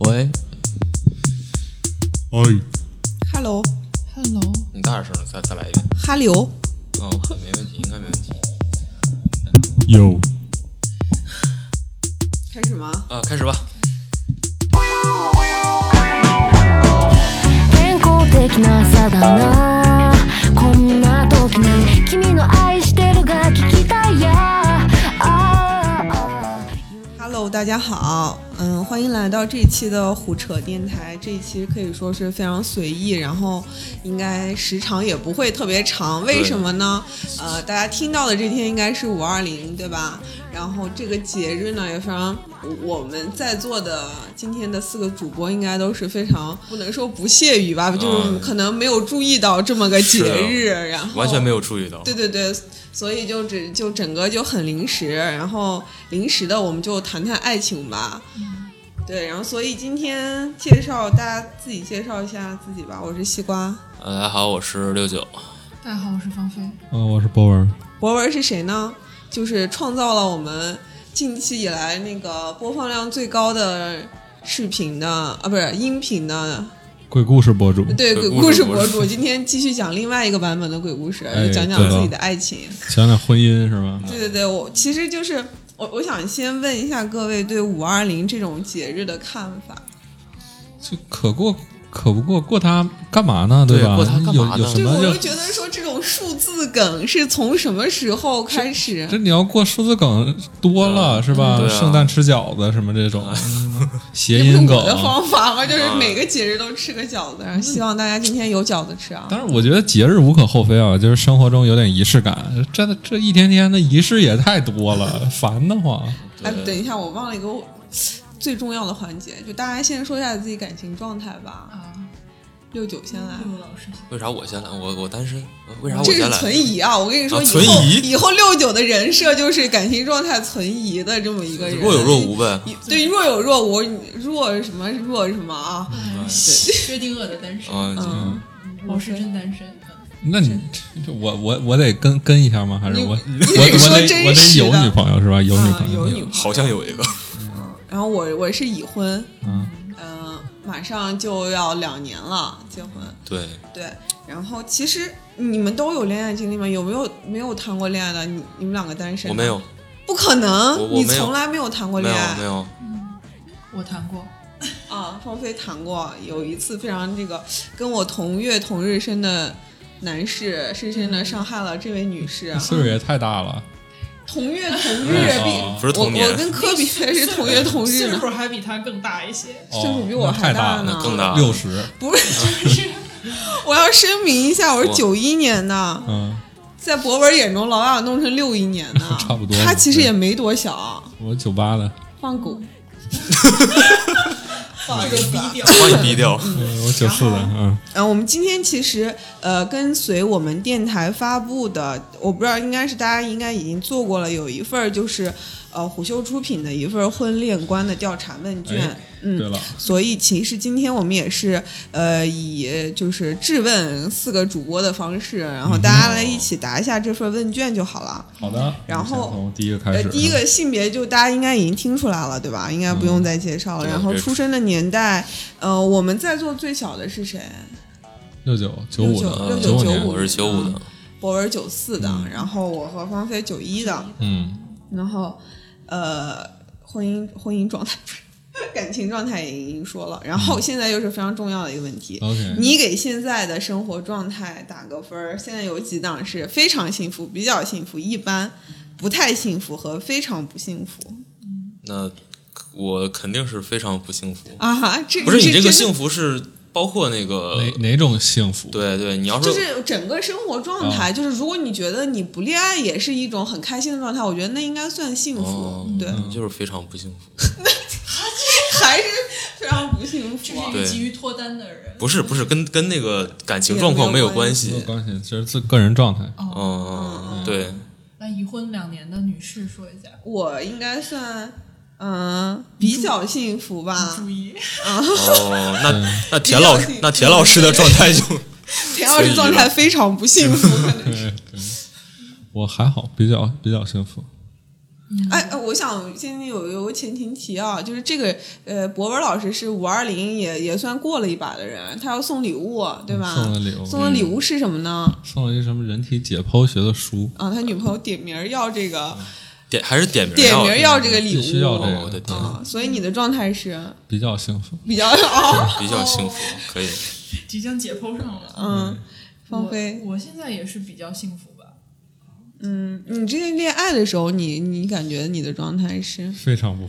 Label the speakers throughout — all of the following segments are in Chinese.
Speaker 1: 喂，
Speaker 2: 哎，
Speaker 3: Hello，Hello，
Speaker 1: 你大点声，再再来一遍。
Speaker 3: 哈流，
Speaker 1: 哦，没问题，应该没问题。
Speaker 2: 有
Speaker 3: 开始吗？
Speaker 1: 啊，开始吧。
Speaker 4: 健康的な朝だなこんな時に君の愛してるが聞きたいやあーあー
Speaker 3: Hello，大家好，嗯，欢迎来到这一期的胡扯电台。这一期可以说是非常随意，然后应该时长也不会特别长。为什么呢？呃，大家听到的这天应该是五二零，对吧？然后这个节日呢，也非常，我们在座的今天的四个主播应该都是非常不能说不屑于吧，就是可能没有注意到这么个哎节日，啊然后
Speaker 1: 啊完全没有注意到。
Speaker 3: 对对对，所以就只就整个就很临时，然后临时的我们就谈谈爱情吧。对，然后所以今天介绍大家自己介绍一下自己吧，我是西瓜，
Speaker 1: 呃大家好，我是六九。
Speaker 5: 大家好，我是芳菲。
Speaker 2: 啊，我是波文。
Speaker 3: 博文是谁呢？就是创造了我们近期以来那个播放量最高的视频的啊，不是音频的，
Speaker 2: 鬼故事博主，
Speaker 3: 对
Speaker 1: 鬼
Speaker 3: 鬼
Speaker 1: 故
Speaker 3: 故
Speaker 1: 事
Speaker 3: 事
Speaker 1: 博
Speaker 3: 博
Speaker 1: 主
Speaker 3: 主。今天继续讲另外一个版本的鬼故事，
Speaker 2: 哎
Speaker 3: 就讲讲
Speaker 2: 对
Speaker 3: 自
Speaker 2: 了
Speaker 3: 己的爱情。
Speaker 2: 讲讲婚姻是吧？
Speaker 3: 对对对，我其实就是我，我想先问一下各位对五二零这种节日的看法，
Speaker 2: 就可过可不过，过它干嘛呢？
Speaker 1: 对
Speaker 2: 吧？
Speaker 1: 过它干嘛呢
Speaker 2: 有有什
Speaker 3: 对，
Speaker 2: 么
Speaker 3: 我就
Speaker 2: 就
Speaker 3: 觉得说这种数字梗是从什么时候开始？
Speaker 2: 这你要过数字梗多了、
Speaker 1: 嗯
Speaker 2: 是吧、
Speaker 1: 对啊
Speaker 2: 圣诞吃饺子什么这种、 谐
Speaker 3: 这不是
Speaker 2: 音梗
Speaker 3: 我。的方法吗？就是
Speaker 1: 啊
Speaker 3: 每个节日都吃个饺子，然后希望大家今天有饺子吃啊。
Speaker 2: 当然，我觉得节日无可厚非啊，就是生活中有点仪式感。这这一天天的仪式也太多 了，烦得慌。
Speaker 3: 哎，等一下，我忘了一个最重要的环节，就大家先说一下自己感情状态吧。
Speaker 5: 啊，嗯
Speaker 3: 六九先来。
Speaker 5: 陆老师，
Speaker 1: 为啥我先来？我我单身。呃为啥我
Speaker 3: 这
Speaker 1: 先
Speaker 3: 是
Speaker 1: 来？
Speaker 3: 存疑啊！我跟你说，
Speaker 1: 啊
Speaker 3: 以
Speaker 1: 存
Speaker 3: 后
Speaker 1: 疑
Speaker 3: 以后六九的人设就是感情状态存疑的这么一个人，
Speaker 1: 若有若无呗。
Speaker 3: 你对，若有若无，你若什么若什么啊？
Speaker 5: 薛定谔的单身，
Speaker 1: 啊，
Speaker 3: 嗯，
Speaker 5: 我是真单身。
Speaker 2: 那你这我我我得跟跟一下吗？还是我我
Speaker 3: 你
Speaker 2: 我
Speaker 3: 你得说
Speaker 2: 得
Speaker 3: 真
Speaker 2: 我得
Speaker 3: 实
Speaker 2: 有
Speaker 3: 的
Speaker 2: 女朋友是吧？有女
Speaker 3: 啊
Speaker 2: 朋友，
Speaker 3: 有女朋友。
Speaker 1: 好像有一个。
Speaker 3: 然后我我是已婚，
Speaker 2: 嗯，
Speaker 3: 嗯、马上就要两年了，结婚。
Speaker 1: 对，
Speaker 3: 对，然后其实你们都有恋爱经历吗？有没有没有谈过恋爱的？你你们两个单身？
Speaker 1: 我没有，，
Speaker 3: 不可
Speaker 1: 我
Speaker 3: 能，
Speaker 1: 我
Speaker 3: 你
Speaker 1: 没有
Speaker 3: 从来没有谈过
Speaker 1: 没
Speaker 3: 恋
Speaker 1: 有，
Speaker 3: 爱
Speaker 1: 没有。
Speaker 5: 我谈过，
Speaker 3: 啊？芳菲谈过，有一次非常这个跟我同月同日生的男士，深深的伤害了这位女士。
Speaker 2: 岁数也太大了。
Speaker 3: 同月同日
Speaker 2: 嗯
Speaker 3: 比
Speaker 2: 哦
Speaker 1: 不是
Speaker 3: 我
Speaker 1: 同年
Speaker 3: 我跟科比才是同月同日
Speaker 5: 岁
Speaker 3: 呢，
Speaker 5: 数还比他更大一些。
Speaker 3: 岁数比我还
Speaker 2: 哦大
Speaker 3: 呢。
Speaker 1: 那更大
Speaker 2: 六十，
Speaker 3: 不是，我要声明一下，我是
Speaker 1: 我
Speaker 3: 九一年的，
Speaker 2: 嗯，，
Speaker 3: 在博文眼中，老把我弄成六一年的
Speaker 2: 差不多
Speaker 3: 他其实也没多小，
Speaker 2: 我九八的，
Speaker 3: 放 狗。不好意思啊
Speaker 5: 低调。
Speaker 1: 把你逼掉。
Speaker 2: 嗯我九四的，嗯，
Speaker 3: 嗯、我们今天其实呃，跟随我们电台发布的，我不知道应该是大家应该已经做过了，有一份儿就是呃虎嗅出品的一份儿婚恋观的调查问卷，
Speaker 2: 哎
Speaker 3: 嗯，
Speaker 2: 对了，
Speaker 3: 所以其实今天我们也是呃以就是质问四个主播的方式，然后大家来一起答一下这份问卷就好了。
Speaker 2: 好的。
Speaker 3: 然
Speaker 2: 我
Speaker 3: 后
Speaker 2: 们先从第一个开
Speaker 3: 呃，
Speaker 2: 始，
Speaker 3: 第一个性别就大家应该已经听出来了，对吧？应该不用再介绍了。
Speaker 1: 对
Speaker 3: 然后
Speaker 1: 这
Speaker 3: 出生的年代，呃，我们在座最小的是谁？
Speaker 2: 六九九五的，
Speaker 3: 六
Speaker 2: 九
Speaker 3: 九
Speaker 2: 五
Speaker 3: 九
Speaker 2: 年，
Speaker 1: 嗯
Speaker 3: 五嗯
Speaker 1: 我是九五的，
Speaker 3: 博文九四的，然后我和芳菲九一的，
Speaker 2: 嗯，
Speaker 3: 然后呃，婚姻婚姻状态不 是感情状态也已经说了，然
Speaker 2: 嗯
Speaker 3: 后现在又是非常重要的一个问题。
Speaker 1: 嗯
Speaker 2: OK
Speaker 3: 你给现在的生活状态打个分儿。现在有几档是非常幸福、比较幸福、一般、不太幸福和非常不幸福
Speaker 1: 那我肯定是非常不幸福。
Speaker 3: 啊哈？这
Speaker 1: 不是你这个
Speaker 3: 真
Speaker 1: 幸福是包括那个
Speaker 2: 哪哪种幸福？
Speaker 1: 对对，你要说
Speaker 3: 就是整个生活状
Speaker 1: 哦
Speaker 3: 态，就是如果你觉得你不恋爱也是一种很开心的状态，我觉得那应该算幸福，
Speaker 1: 哦
Speaker 3: 对，
Speaker 1: 就是非常不幸福。
Speaker 3: 还是非常不幸
Speaker 5: 这
Speaker 3: 福
Speaker 5: 是
Speaker 3: 啊。
Speaker 5: 一
Speaker 1: 对
Speaker 5: 个急于脱单的人。
Speaker 1: 不是不是，跟跟那个感情状况没有关
Speaker 2: 没有
Speaker 1: 系。
Speaker 2: 关系，这是自个人状 态。
Speaker 1: 嗯嗯，嗯对，
Speaker 5: 那已婚两年的女士说一下，
Speaker 3: 我应该算，嗯、比较幸福吧。
Speaker 5: 注意，
Speaker 1: 哦，那
Speaker 2: 嗯
Speaker 1: 那田老师，那田老师的状 态就
Speaker 3: 田老师状态非常不幸福，可能
Speaker 2: 对，对我还好，比较比较幸福。
Speaker 3: 哎，哎我想今天有有个前情提啊，就是这个呃，博文老师是五二零也也算过了一把的人，他要送礼物，对吧？
Speaker 2: 送了礼物
Speaker 3: 送的礼物是什么呢？
Speaker 2: 送了一什么人体解剖学的书，
Speaker 3: 啊，他女朋友点名儿要这个，
Speaker 1: 点还是点名
Speaker 3: 点名儿要这
Speaker 1: 个
Speaker 3: 个
Speaker 2: 嗯
Speaker 3: 礼
Speaker 2: 必须要
Speaker 3: 物
Speaker 2: 这个，嗯
Speaker 1: 哦我的天
Speaker 3: 啊，所以你的状态是
Speaker 2: 比较幸福。
Speaker 3: 比较哦，
Speaker 1: 嗯比较幸福，可以。
Speaker 5: 即将解剖上了。
Speaker 3: 嗯，芳菲，
Speaker 5: 我，我现在也是比较幸福吧。
Speaker 3: 嗯，你之前恋爱的时候，你你感觉你的状态是？
Speaker 2: 非常不，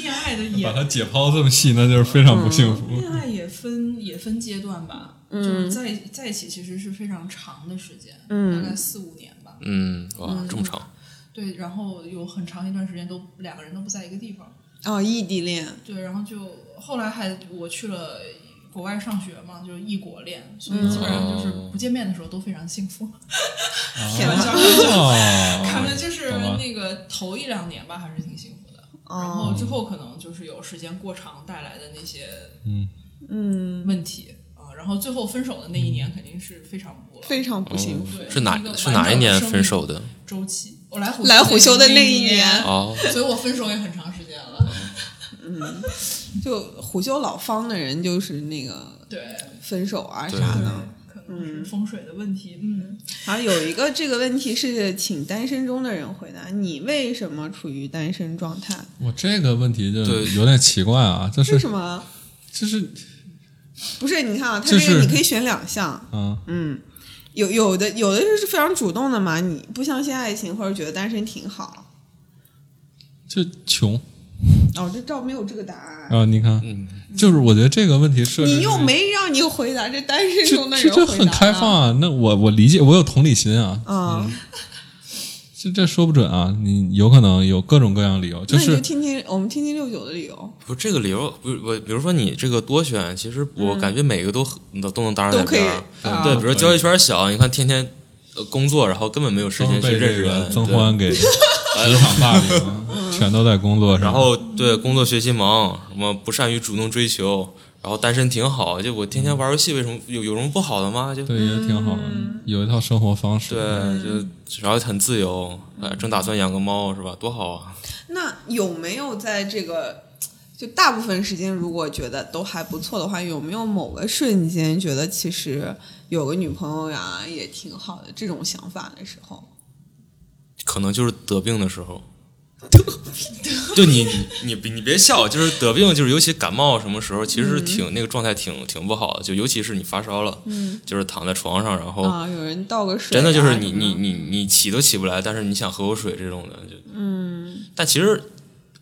Speaker 5: 恋爱的
Speaker 2: 把
Speaker 5: 也，
Speaker 2: 它解剖这么细，那就是非常不幸
Speaker 3: 嗯
Speaker 2: 福。
Speaker 5: 恋爱也分也分阶段吧。就是在在一起其实是非常长的时间，
Speaker 3: 嗯
Speaker 5: 大概四五年吧。
Speaker 1: 嗯，哇，这么长，
Speaker 5: 对，然后有很长一段时间都两个人都不在一个地方。
Speaker 3: 哦，异地恋，
Speaker 5: 对，然后就后来还我去了国外上学嘛，就是异国恋，所
Speaker 2: 嗯
Speaker 5: 以基本上就是不见面的时候都非常 幸福。
Speaker 3: 天哪！
Speaker 5: 可
Speaker 2: 哦
Speaker 5: 能就是
Speaker 2: 懂了
Speaker 5: 那个头一两年吧，还是挺幸福的。
Speaker 3: 哦
Speaker 5: 然后之后可能就是有时间过长带来的那些
Speaker 2: 嗯
Speaker 3: 嗯，
Speaker 5: 问题啊，然后最后分手的那一
Speaker 2: 嗯
Speaker 5: 年肯定是非常不
Speaker 3: 非常不幸福。
Speaker 5: 对
Speaker 1: 哦是哪
Speaker 5: 一个完
Speaker 1: 是哪一年
Speaker 5: 整生
Speaker 1: 分
Speaker 5: 命
Speaker 1: 手的？
Speaker 5: 周期。我
Speaker 2: 哦
Speaker 5: 来虎
Speaker 3: 来虎
Speaker 5: 修
Speaker 3: 嗅的
Speaker 5: 那
Speaker 3: 那一
Speaker 5: 年
Speaker 3: 年，
Speaker 1: 哦，
Speaker 5: 所以我分手也很长时间了。
Speaker 3: 就虎嗅老方的人，就是那
Speaker 2: 嗯
Speaker 3: 个
Speaker 5: 对，
Speaker 3: 分手啊
Speaker 1: 对
Speaker 3: 啥
Speaker 1: 对
Speaker 3: 的。
Speaker 5: 可能
Speaker 3: 嗯
Speaker 5: 是风水的问题。嗯，
Speaker 3: 然后有一个这个问题是，请单身中的人回答：你为什么处于单身状态？
Speaker 2: 我这个问题就
Speaker 1: 对
Speaker 2: 有点奇怪啊，就
Speaker 3: 为
Speaker 2: 是
Speaker 3: 什么？
Speaker 2: 就是
Speaker 3: 不是，你看啊，他
Speaker 2: 就
Speaker 3: 这
Speaker 2: 是
Speaker 3: 个你可以选两项，
Speaker 2: 嗯，
Speaker 3: 嗯，有有的有的就是非常主动的嘛，你不相信爱情或者觉得单身挺好。
Speaker 2: 就穷
Speaker 3: 哦，这照没有这个答案，
Speaker 2: 啊！你看，
Speaker 1: 嗯，
Speaker 2: 就是我觉得这个问题设置
Speaker 3: 你又
Speaker 2: 是
Speaker 3: 没让你回答这单身
Speaker 2: 这
Speaker 3: 中的
Speaker 2: 这
Speaker 3: 人
Speaker 2: 这
Speaker 3: 回答
Speaker 2: 很开放
Speaker 3: 啊。
Speaker 2: 啊！那我我理解，我有同理心啊，
Speaker 3: 啊，
Speaker 2: 这这说不准啊，你有可能有各种各样的理由，
Speaker 3: 那你
Speaker 2: 是
Speaker 3: 就听听我们听听六九的理由，
Speaker 1: 不是这个理由，不是我，比如说你这个多选，其实我感觉每个都很都都能搭上
Speaker 3: 嗯都
Speaker 1: 点
Speaker 3: 可以
Speaker 1: 边儿。
Speaker 3: 啊
Speaker 1: 对，比如说交际圈小，你看天天呃工作，然后根本没有时
Speaker 2: 都
Speaker 1: 间去
Speaker 2: 被
Speaker 1: 认
Speaker 2: 这
Speaker 1: 识
Speaker 2: 个
Speaker 1: 人。
Speaker 2: 曾
Speaker 1: 对
Speaker 2: 欢给职场霸凌
Speaker 3: 嗯
Speaker 2: 了，全都在工作
Speaker 1: 然
Speaker 2: 上，
Speaker 1: 后对工作学习忙，什么不善于主动追求，然后单身挺好。就我天天玩游戏，为什么有有什么不好的吗？就
Speaker 2: 对也挺好，
Speaker 3: 嗯
Speaker 2: 有一套生活方式，
Speaker 1: 对，就然后很自由。呃，正打算养个猫是吧？多好啊！
Speaker 3: 那有没有在这个就大部分时间，如果觉得都还不错的话，有没有某个瞬间觉得其实有个女朋友呀也挺好的这种想法的时候？
Speaker 1: 可能就是得病的时候。就你你你你别笑，就是得病，就是尤其感冒什么时候，其实是挺、那个状态挺挺不好的，就尤其是你发烧了，
Speaker 3: 嗯
Speaker 1: 就是躺在床上，然后、
Speaker 3: 啊，有人倒个水啊、
Speaker 1: 哦真的就是你
Speaker 3: 什么
Speaker 1: 你你你起都起不来，但是你想喝口水这种的，就嗯。但其实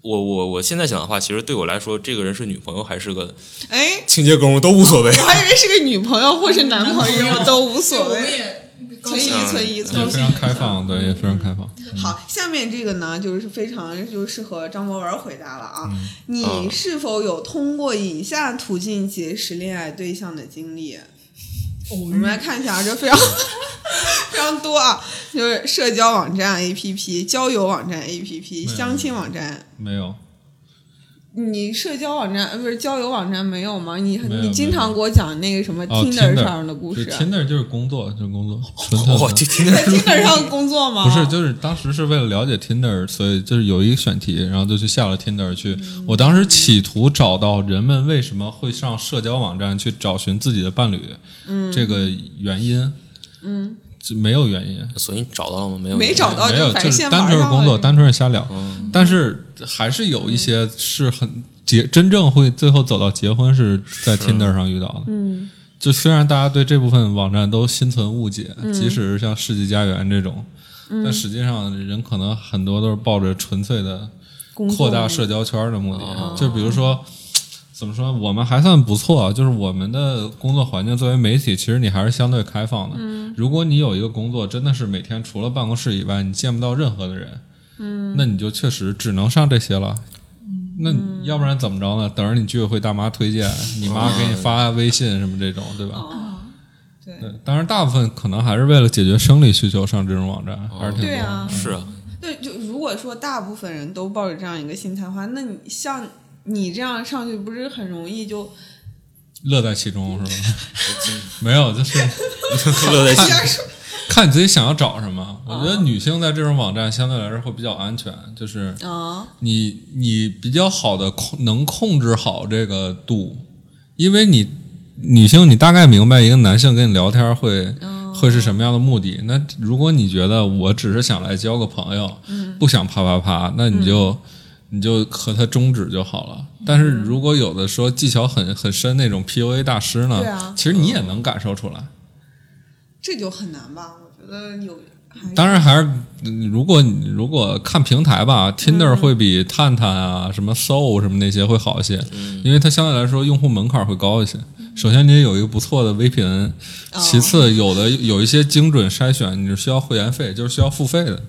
Speaker 1: 我我我现在想的话，其实对我来说，这个人是女朋友还是个
Speaker 3: 哎，
Speaker 1: 清洁工都无所谓。
Speaker 3: 我还以为是个女朋友或是男朋友都无所
Speaker 5: 我们
Speaker 3: 谓。
Speaker 5: 也高
Speaker 3: 存
Speaker 5: 兴
Speaker 3: 疑，
Speaker 1: 嗯
Speaker 3: 存疑，
Speaker 2: 也
Speaker 3: 存
Speaker 2: 非
Speaker 3: 疑。
Speaker 2: 常开放，对，也非常开放。
Speaker 3: 好，下面这个呢，就是非常就适合张博文回答了啊。你
Speaker 1: 嗯
Speaker 3: 是否有通过以下途径结识恋爱对象的经历？
Speaker 5: 偶
Speaker 3: 我们
Speaker 5: 遇
Speaker 3: 来看一下啊，这非常 非常多啊，就是社交网站 APP、交友网站 APP、
Speaker 2: 有
Speaker 3: 相亲网站。
Speaker 2: 嗯没有，
Speaker 3: 你社交网站呃不是交友网站没有吗？你
Speaker 2: 没有
Speaker 3: 你经常给我讲那个什么
Speaker 2: 哦
Speaker 3: Tinder 上的故事啊
Speaker 2: 就 Tinder 就是工作，就是 工作，纯粹
Speaker 1: 哇，
Speaker 2: 的
Speaker 1: 这听着
Speaker 3: 在 Tinder 上工作吗？
Speaker 2: 不是，就是当时是为了了解 Tinder，所以就是有一个选题，然后就去下了 Tinder 去。我当时企图找到人们为什么会上社交网站去找寻自己的伴侣，这个原因，嗯，这没有原因，
Speaker 1: 所以你找到了吗？没有，
Speaker 3: 没找到
Speaker 2: 没有，
Speaker 3: 反
Speaker 2: 就
Speaker 3: 正
Speaker 2: 是
Speaker 3: 先
Speaker 2: 单
Speaker 3: 玩
Speaker 2: 纯是
Speaker 3: 上
Speaker 2: 工作，
Speaker 3: 了嗯
Speaker 2: 单纯是瞎聊。但是还是有一些是很结，真正会最后走到结婚是在 Tinder 上遇到的。
Speaker 3: 嗯，
Speaker 2: 就虽然大家对这部分网站都心存误解，
Speaker 3: 嗯
Speaker 2: 即使是像世纪佳缘这种，但实际上人可能很多都是抱着纯粹的
Speaker 3: 工作
Speaker 2: 扩大社交圈的目的。就比如说，怎么说，我们还算不错，啊就是我们的工作环境作为媒体，其实你还是相对开放的。
Speaker 3: 嗯
Speaker 2: 如果你有一个工作，真的是每天除了办公室以外，你见不到任何的人，嗯，那你就确实只能上这些了。
Speaker 3: 嗯
Speaker 2: 那要不然怎么着呢？等着你居委会大妈推荐，你妈给你发微信什么这种，对吧？
Speaker 3: 哦对
Speaker 2: 对，当然大部分可能还是为了解决生理需求上这种网站，还是挺多
Speaker 3: 对啊
Speaker 2: 的。
Speaker 1: 是啊，
Speaker 3: 对，就如果说大部分人都抱着这样一个心态的话，那你像你这样上去，不是很容易就
Speaker 2: 乐在其中是吧？没有，就是
Speaker 1: 嗯乐在
Speaker 3: 这
Speaker 1: 其啊
Speaker 3: 样说
Speaker 2: 看你自己想要找什么。我觉得女性在这种网站相对来说会比较安全，就是
Speaker 3: 啊，
Speaker 2: 你你比较好的控能控制好这个度，因为你女性你大概明白一个男性跟你聊天会、
Speaker 3: 嗯
Speaker 2: 会是什么样的目的。那如果你觉得我只是想来交个朋友，
Speaker 3: 嗯
Speaker 2: 不想啪啪啪，那你就。你就和他终止就好了。但
Speaker 3: 嗯
Speaker 2: 是如果有的说技巧很很深那种 PUA 大师呢，
Speaker 3: 对啊
Speaker 2: 其实你也能感受出来。
Speaker 3: 这就很难吧？我觉得有，还是
Speaker 2: 当然还是，嗯如果你如果看平台吧，Tinder
Speaker 3: 嗯
Speaker 2: 会比探探啊、什么 Soul 什么那些会好一些，
Speaker 3: 嗯
Speaker 2: 因为它相对来说用户门槛会高一些。首先，你得有一个不错的
Speaker 3: 哦
Speaker 2: VPN，其次，有的有一些精准筛选，你是需要会员费，就是需要付费的，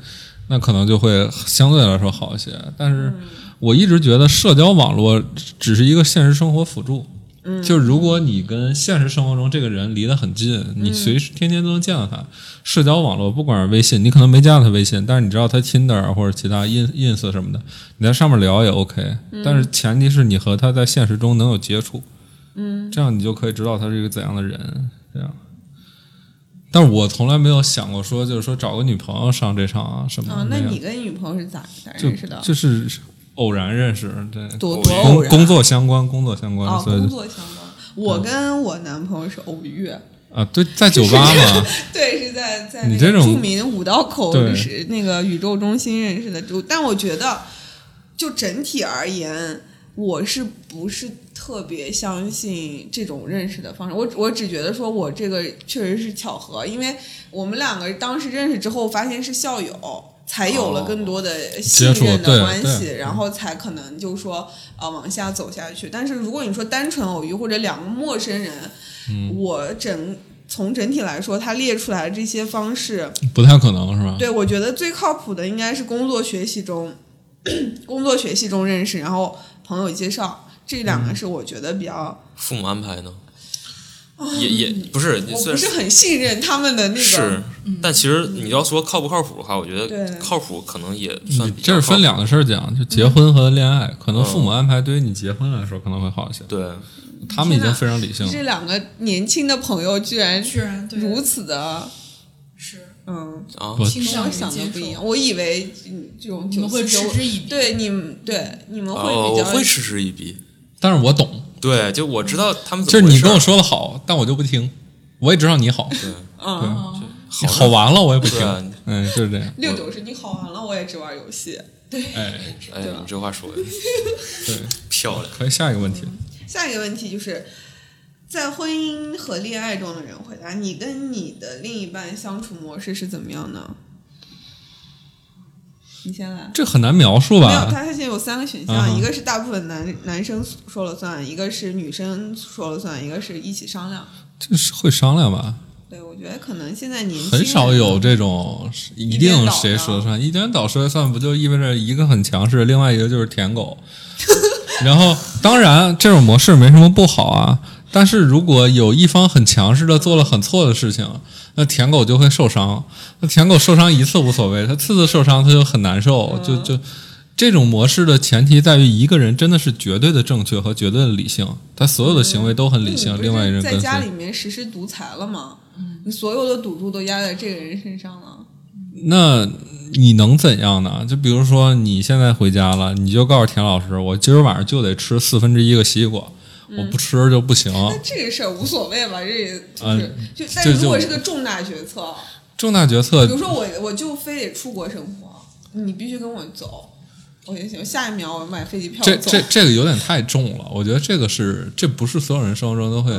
Speaker 2: 那可能就会相对来说好一些。但
Speaker 3: 嗯
Speaker 2: 是，我一直觉得社交网络只是一个现实生活辅助。
Speaker 3: 嗯
Speaker 2: 就如果你跟现实生活中这个人离得很近，
Speaker 3: 嗯
Speaker 2: 你随时天天都能见到他。社交网络不管是微信，你可能没加到他微信，但是你知道他 Tinder 啊或者其他 In Ins 什么的，你在上面聊也 OK、但
Speaker 3: 嗯
Speaker 2: 是前提是你和他在现实中能有接触，嗯，这样你就可以知道他是一个怎样的人。这样，但是我从来没有想过说，就是说找个女朋友上这场啊什么的
Speaker 3: 啊，那
Speaker 2: 样
Speaker 3: 你跟女朋友是咋咋
Speaker 2: 就
Speaker 3: 认识的？
Speaker 2: 就是偶然认识，对，
Speaker 3: 多多偶
Speaker 2: 工
Speaker 3: 然
Speaker 2: 工作相关，工作相关，
Speaker 3: 哦，
Speaker 2: 所以
Speaker 3: 工
Speaker 2: 就。嗯
Speaker 3: 作相关。我跟我男朋友是偶遇，
Speaker 2: 啊，对，在酒吧嘛，
Speaker 3: 对，是在在
Speaker 2: 你
Speaker 3: 那
Speaker 2: 这
Speaker 3: 个
Speaker 2: 种
Speaker 3: 著名五道口
Speaker 2: 对
Speaker 3: 是那个宇宙中心认识的。就但我觉得，就整体而言，我是不是特别相信这种认识的方式？我我只觉得说我这个确实是巧合，因为我们两个当时认识之后，发现是校友。才
Speaker 2: 哦
Speaker 3: 有了更多的信
Speaker 2: 接触
Speaker 3: 任
Speaker 2: 对
Speaker 3: 的关系，
Speaker 2: 对
Speaker 3: 然后才可能就说呃往下走下去。但是如果你说单纯偶遇或者两个陌生人，
Speaker 2: 嗯
Speaker 3: 我整从整体来说，他列出来的这些方式，
Speaker 2: 不太可能是吧？
Speaker 3: 对我觉得最靠谱的应该是工作学习中，工作学习中认识，然后朋友介绍，这两
Speaker 2: 嗯
Speaker 3: 个是我觉得比较，
Speaker 1: 父母安排呢？也也不是，
Speaker 3: 啊我
Speaker 1: 虽然
Speaker 3: 不是很信任他们的那个。嗯
Speaker 1: 是，但其实你要说靠不靠谱的话，我觉
Speaker 3: 对
Speaker 1: 得靠谱可能也算
Speaker 2: 你
Speaker 1: 比较
Speaker 2: 嗯这是分
Speaker 1: 靠谱嗯
Speaker 2: 两个事儿讲，就结婚和恋爱，可能父母安排对于你结婚来说可能会好一些，
Speaker 1: 对，
Speaker 2: 他们已经非常理性
Speaker 3: 这
Speaker 2: 了。
Speaker 3: 两个年轻的朋友居然
Speaker 5: 居然对
Speaker 3: 如此的，
Speaker 5: 是
Speaker 3: 嗯，
Speaker 1: 啊，
Speaker 2: 不
Speaker 5: 倾
Speaker 3: 跟
Speaker 5: 向
Speaker 3: 我
Speaker 5: 于
Speaker 3: 想的
Speaker 5: 接
Speaker 3: 不一
Speaker 5: 受
Speaker 3: 样。，我以为嗯这种
Speaker 5: 你们会嗤
Speaker 3: 九
Speaker 5: 之以鼻。
Speaker 3: 对你们对你们会
Speaker 1: 哦，
Speaker 3: 比
Speaker 1: 我
Speaker 3: 较、
Speaker 1: 会嗤之以鼻。
Speaker 2: 但是我懂，
Speaker 1: 对，就我知道他们
Speaker 2: 就
Speaker 1: 怎
Speaker 2: 是
Speaker 1: 么回
Speaker 2: 你
Speaker 1: 事儿
Speaker 2: 跟我说的好，但我就不听，我也知道你好，
Speaker 3: 嗯。
Speaker 2: 你好玩了我也不
Speaker 1: 对啊
Speaker 2: 听，嗯，就是这样。
Speaker 3: 六九是你好完了，我也只玩游戏。
Speaker 2: 哎，
Speaker 1: 哎，
Speaker 3: 对吧
Speaker 1: 你这话说的
Speaker 2: 对，
Speaker 1: 漂亮，
Speaker 2: 可以下一个问题。
Speaker 3: 下一个问题就是，在婚姻和恋爱中的人回答：你跟你的另一半相处模式是怎么样呢？你先来。
Speaker 2: 这很难描述
Speaker 3: 没有，
Speaker 2: 吧？
Speaker 3: 他现在有三个选
Speaker 2: 啊
Speaker 3: 项，
Speaker 2: 哈
Speaker 3: 一个是大部分男男生说了算，一个是女生说了算，一个是一起商量。
Speaker 2: 这是会商量吧？
Speaker 3: 对，我觉得可能现在年轻
Speaker 2: 很少
Speaker 3: 人啊
Speaker 2: 有这种一定谁说了
Speaker 3: 嗯
Speaker 2: 算，一边倒说了算，不就意味着一个很强势，另外一个就是舔狗。 然后，当然这种模式没什么不好啊，但是如果有一方很强势的做了很错的事情，那舔狗就会受伤。那舔狗受伤一次无所谓，他次次受伤他就很难
Speaker 3: 嗯
Speaker 2: 受，就就。这种模式的前提在于一个人真的是绝对的正确和绝对的理性，他所有的行为都很
Speaker 3: 那
Speaker 2: 理
Speaker 3: 你
Speaker 2: 性，啊
Speaker 3: 不
Speaker 2: 另外一个人
Speaker 3: 是嗯在
Speaker 2: 跟
Speaker 3: 家
Speaker 2: 随
Speaker 3: 里。面实施独裁了吗？
Speaker 1: 嗯
Speaker 3: 你所有的赌注都压在这个人身上了。
Speaker 2: 那你能怎样呢？就比如说你现在回家了，你就告诉田老师，我今儿晚上就得吃四分之一个西瓜，我不吃就不行。
Speaker 3: 那这个事儿无所谓吧，这也就是、
Speaker 2: 嗯
Speaker 3: 就，但
Speaker 2: 这
Speaker 3: 如果
Speaker 2: 就是呃
Speaker 3: 个重大决策，
Speaker 2: 重大决
Speaker 3: 比如
Speaker 2: 策，
Speaker 3: 说我我就非得出国生活，你必须跟我走，我也行，下一秒我买飞机票
Speaker 2: 这
Speaker 3: 走。
Speaker 2: 这这个有点太重了。我觉得这个是这不是所有人生活中都会。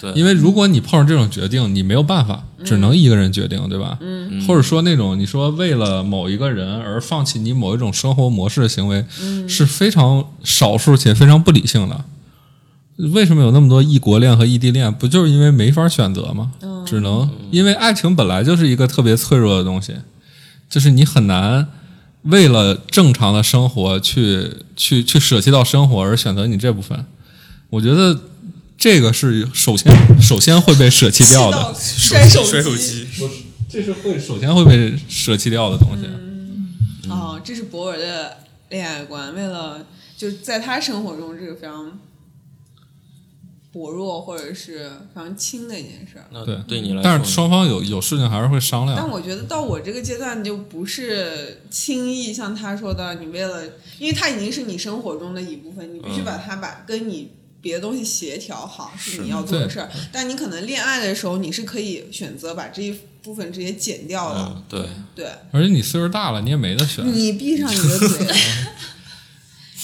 Speaker 1: 对，
Speaker 2: 因为如果你碰上这种决定，你没有办法，只能一个人决定，对吧？嗯，或者说那种你说为了某一个人而放弃你某一种生活模式的行为，是非常少数且非常不理性的。为什么有那么多异国恋和异地恋？不就是因为没法选择吗？只能
Speaker 1: 嗯
Speaker 2: 因为爱情本来就是一个特别脆弱的东西，就是你很难为了正常的生活去去去舍弃到生活而选择你这部分。我觉得这个是首先首先会被舍弃掉的，
Speaker 3: 摔手
Speaker 1: 摔手
Speaker 3: 机
Speaker 1: 机，
Speaker 2: 这是会首先会被舍弃掉的东西。
Speaker 1: 嗯
Speaker 3: 哦，这是博文的恋爱观，为了就是在他生活中这个非常薄弱或者是非常轻的一件事儿。
Speaker 1: 那
Speaker 2: 对
Speaker 1: 对你来说呢，
Speaker 2: 但是双方有有事情还是会商
Speaker 3: 但
Speaker 2: 量。
Speaker 3: 我觉得到我这个阶段，就不是轻易像他说的，你为了，因为它已经是你生活中的一部分，你必须
Speaker 1: 嗯
Speaker 3: 把它把跟你别的东西协调好，是
Speaker 1: 是
Speaker 3: 你要做的
Speaker 2: 对
Speaker 3: 事儿。但你可能恋爱的时候，你是可以选择把这一部分直接剪掉的，
Speaker 1: 嗯， 对，
Speaker 3: 对。
Speaker 2: 而且你岁数大了，你也没得选。
Speaker 3: 你闭上你的嘴。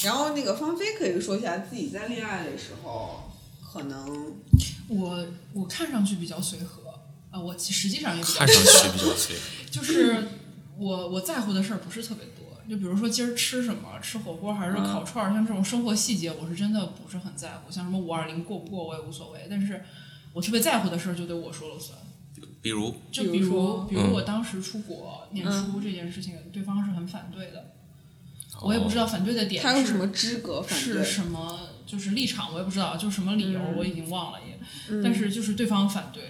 Speaker 3: 然后那个芳菲可以说一下自己在恋爱的时候，可能
Speaker 5: 我我看上去比较随和啊，我其实际上也比较
Speaker 1: 看上去比较随和。
Speaker 5: 就是我我在乎的事儿不是特别多，就比如说今儿吃什么，吃火锅还是烤串儿，像这种生活细节，我是真的不是很在乎。像什么五二零过不过我也无所谓，但是我特别在乎的事儿就得我说了算。
Speaker 1: 比如，
Speaker 5: 就
Speaker 3: 比
Speaker 5: 比
Speaker 3: 如
Speaker 5: 如
Speaker 3: 说嗯
Speaker 5: 比如
Speaker 1: 嗯
Speaker 5: 我当时出国念书这件事情，对方是很反对的， 我也不知
Speaker 1: 道。
Speaker 5: 道反对的点
Speaker 3: 他有
Speaker 5: 是
Speaker 3: 什么资格反
Speaker 5: 是
Speaker 3: 对？
Speaker 5: 什么，就是立场我也不知道，就是什么理由
Speaker 3: 嗯
Speaker 5: 我已经忘了也，
Speaker 3: 嗯
Speaker 5: 但是就是对方反对，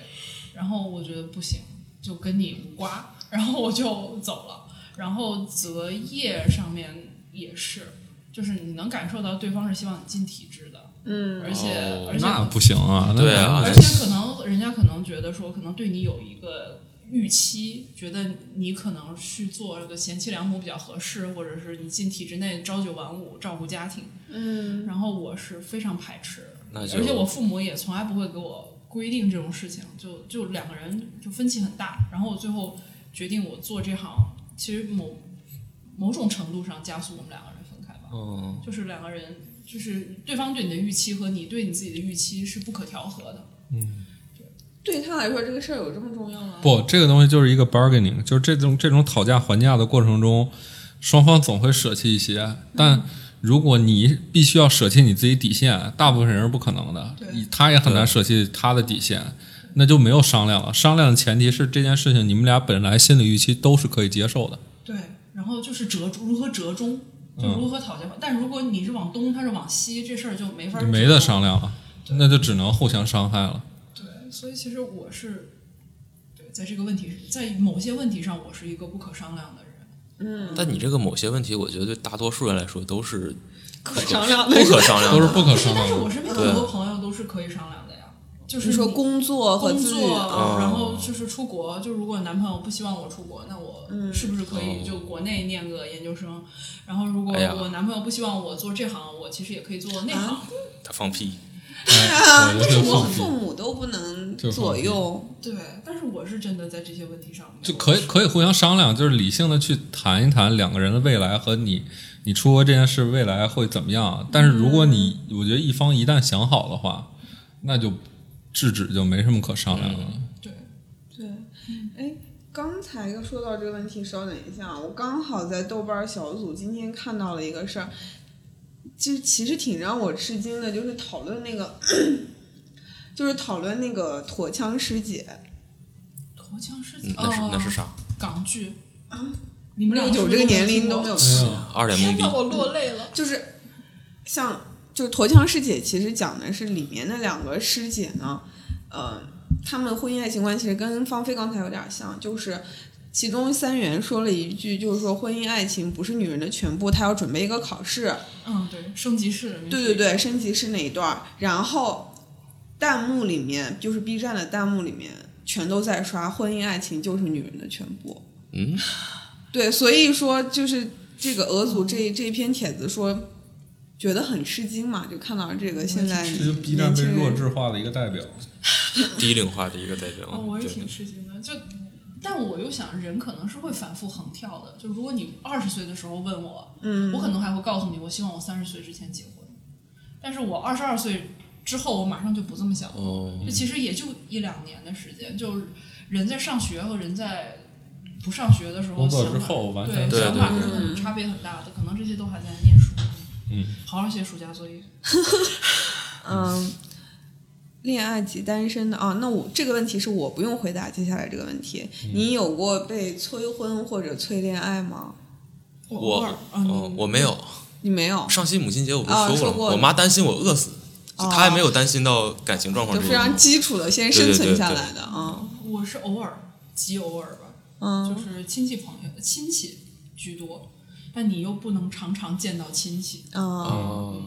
Speaker 5: 然后我觉得不行，就跟你无瓜， 然后我就走了。然后择业上面也是，就是你能感受到对方是希望你进体制的，
Speaker 3: 嗯
Speaker 5: 而且、
Speaker 1: 哦
Speaker 5: 而且
Speaker 2: 那不行啊！那
Speaker 1: 对啊
Speaker 5: 而且可能人家可能觉得说，可能对你有一个预期，觉得你可能去做这个贤妻良母比较合适，或者是你进体制内朝九晚五照顾家庭。
Speaker 3: 嗯，
Speaker 5: 然后我是非常排斥，
Speaker 1: 哦那就
Speaker 5: 而且我父母也从来不会给我规定这种事情，就就两个人就分歧很大。然后我最后决定我做这行，其实某某种程度上加速我们两个人分开吧，
Speaker 2: 哦
Speaker 1: 嗯，
Speaker 5: 就是两个人就是对方对你的预期和你对你自己的预期是不可调和的。
Speaker 3: 对他来说这个事儿有这么重要吗？
Speaker 2: 不，这个东西就是一个 bargaining，就是这种这种讨价还价的过程中，双方总会舍弃一些，
Speaker 5: 嗯
Speaker 2: 但如果你必须要舍弃你自己底线，大部分人是不可能的
Speaker 5: 对，
Speaker 2: 你他也很难舍弃他的底线，那就没有商量了。商量的前提是这件事情你们俩本来心理预期都是可以接受的，
Speaker 5: 对，然后就是折中，如何折中，就
Speaker 2: 嗯
Speaker 5: 如何讨价还。但如果你是往东，他是往西，这事儿就没法
Speaker 2: 就没得
Speaker 5: 折中
Speaker 2: 商量了，那就只能互相伤害了。
Speaker 5: 对，所以其实我是，对，在这个问题，在某些问题上，我是一个不可商量的人。
Speaker 1: 但你这个某些问题，我觉得对大多数人来说都是
Speaker 3: 可商量
Speaker 1: 不
Speaker 3: 的。
Speaker 1: 可商量的，
Speaker 2: 都是不 可
Speaker 5: 但是，
Speaker 2: 商
Speaker 5: 但是
Speaker 2: 量
Speaker 5: 我
Speaker 2: 的。
Speaker 5: 身边
Speaker 1: 对
Speaker 5: 很多朋友都是可以商量的呀，就是
Speaker 3: 你说
Speaker 5: 你
Speaker 3: 嗯工作和
Speaker 5: 工
Speaker 3: 自
Speaker 5: 作，
Speaker 3: 律，啊
Speaker 1: 哦
Speaker 5: 然后就是出国。就如果男朋友不希望我出国，那我
Speaker 3: 嗯
Speaker 5: 是不是可以就国内念个研究生？然后如果
Speaker 1: 哦哎呀
Speaker 5: 我男朋友不希望我做这行，我其实也可以做那
Speaker 3: 啊
Speaker 5: 行。
Speaker 1: 他放屁，
Speaker 2: 哎，我
Speaker 3: 这
Speaker 2: 觉得
Speaker 3: 种
Speaker 2: 就放屁
Speaker 3: 父母都不能
Speaker 2: 就放
Speaker 3: 左
Speaker 2: 屁
Speaker 3: 右。
Speaker 5: 对，但是我是真的在这些问题上没有
Speaker 2: 就可以可以互相商量，就是理性的去谈一谈两个人的未来和你你出国这件事未来会怎么样。但是如果你、我觉得一方一旦想好的话，那就制止就没什么可商量的了。
Speaker 5: 对，
Speaker 3: 对，哎，刚才说到这个问题，稍等一下啊，我刚好在豆瓣小组今天看到了一个事儿，就其实挺让我吃惊的，就是讨论那个， 就是讨论那个陀枪师姐，
Speaker 5: 头枪是
Speaker 1: 嗯那是
Speaker 5: 哦
Speaker 1: 那是啥？
Speaker 5: 港剧你们
Speaker 3: 六
Speaker 5: 俩是
Speaker 3: 九
Speaker 5: 不
Speaker 3: 这个
Speaker 5: 是
Speaker 3: 年
Speaker 5: 听
Speaker 3: 龄
Speaker 5: 过
Speaker 3: 都 啊没有
Speaker 2: 哎
Speaker 3: 吃
Speaker 2: 呀，
Speaker 1: 二脸懵逼，
Speaker 5: 我落泪了。
Speaker 3: 就是像就是陀枪师姐，其实讲的是里面的两个师姐呢，呃，她们婚姻爱情观其实跟芳菲刚才有点像，就是。其中三元说了一句，就是说婚姻爱情不是女人的全部，她要准备一个考试。
Speaker 5: 嗯，对，升级式。
Speaker 3: 对对，对，升级是那一段儿，然后弹幕里面就是 B 站的弹幕里面全都在刷“婚姻爱情就是女人的全部
Speaker 1: 嗯，”。
Speaker 3: 对，所以说就是这个俄组这这篇帖子说，觉得很吃惊嘛，就看到这个现在
Speaker 2: 嗯这就 B 站被弱智化的一个代表。
Speaker 1: 低龄化的一个代
Speaker 2: 嗯
Speaker 1: 表
Speaker 5: 哦，，我也
Speaker 1: 对，
Speaker 5: 挺吃惊的。就，但我又想，人可能是会反复横跳的。就如果你二十岁的时候问我，嗯，我可能还会告诉你，我希望我三十岁之前结婚。但是我二十二岁之后，我马上就不这么想了。
Speaker 1: 哦，
Speaker 5: 这其实也就一两年的时间，就是人在上学和人在不上学的时候，
Speaker 2: 工作
Speaker 5: 想
Speaker 2: 之
Speaker 5: 法
Speaker 2: 后完全
Speaker 5: 对
Speaker 1: 对
Speaker 5: 想
Speaker 1: 对
Speaker 5: 法
Speaker 1: 对
Speaker 5: 是很差别很大的，可能这些都还在念书。
Speaker 2: 嗯，
Speaker 5: 好好写暑假作业。
Speaker 3: 嗯，恋爱及单身的啊，那我这个问题是我不用回答接下来这个问题。
Speaker 2: 嗯
Speaker 3: 你有过被催婚或者催恋爱吗？
Speaker 1: 我
Speaker 5: 偶尔啊，你
Speaker 1: 哦我没有。
Speaker 3: 你没有，
Speaker 1: 上期母亲节我不
Speaker 5: 哦
Speaker 3: 啊
Speaker 1: 是
Speaker 3: 说
Speaker 1: 说过了
Speaker 3: 过
Speaker 1: 吗？我妈担心我饿死，就
Speaker 3: 哦
Speaker 1: 她还没有担心到感情状况
Speaker 3: 就
Speaker 1: 这
Speaker 3: 非
Speaker 1: 个问
Speaker 2: 嗯
Speaker 3: 常
Speaker 1: 题。
Speaker 3: 基础的先
Speaker 1: 对
Speaker 3: 生
Speaker 1: 对
Speaker 3: 存
Speaker 1: 对
Speaker 3: 下
Speaker 1: 对
Speaker 3: 来的啊，
Speaker 5: 我是偶尔，极偶尔吧，
Speaker 3: 嗯，
Speaker 5: 就是亲戚朋友、亲戚居多，但你又不能常常见到亲戚，
Speaker 3: 嗯。
Speaker 1: 哦，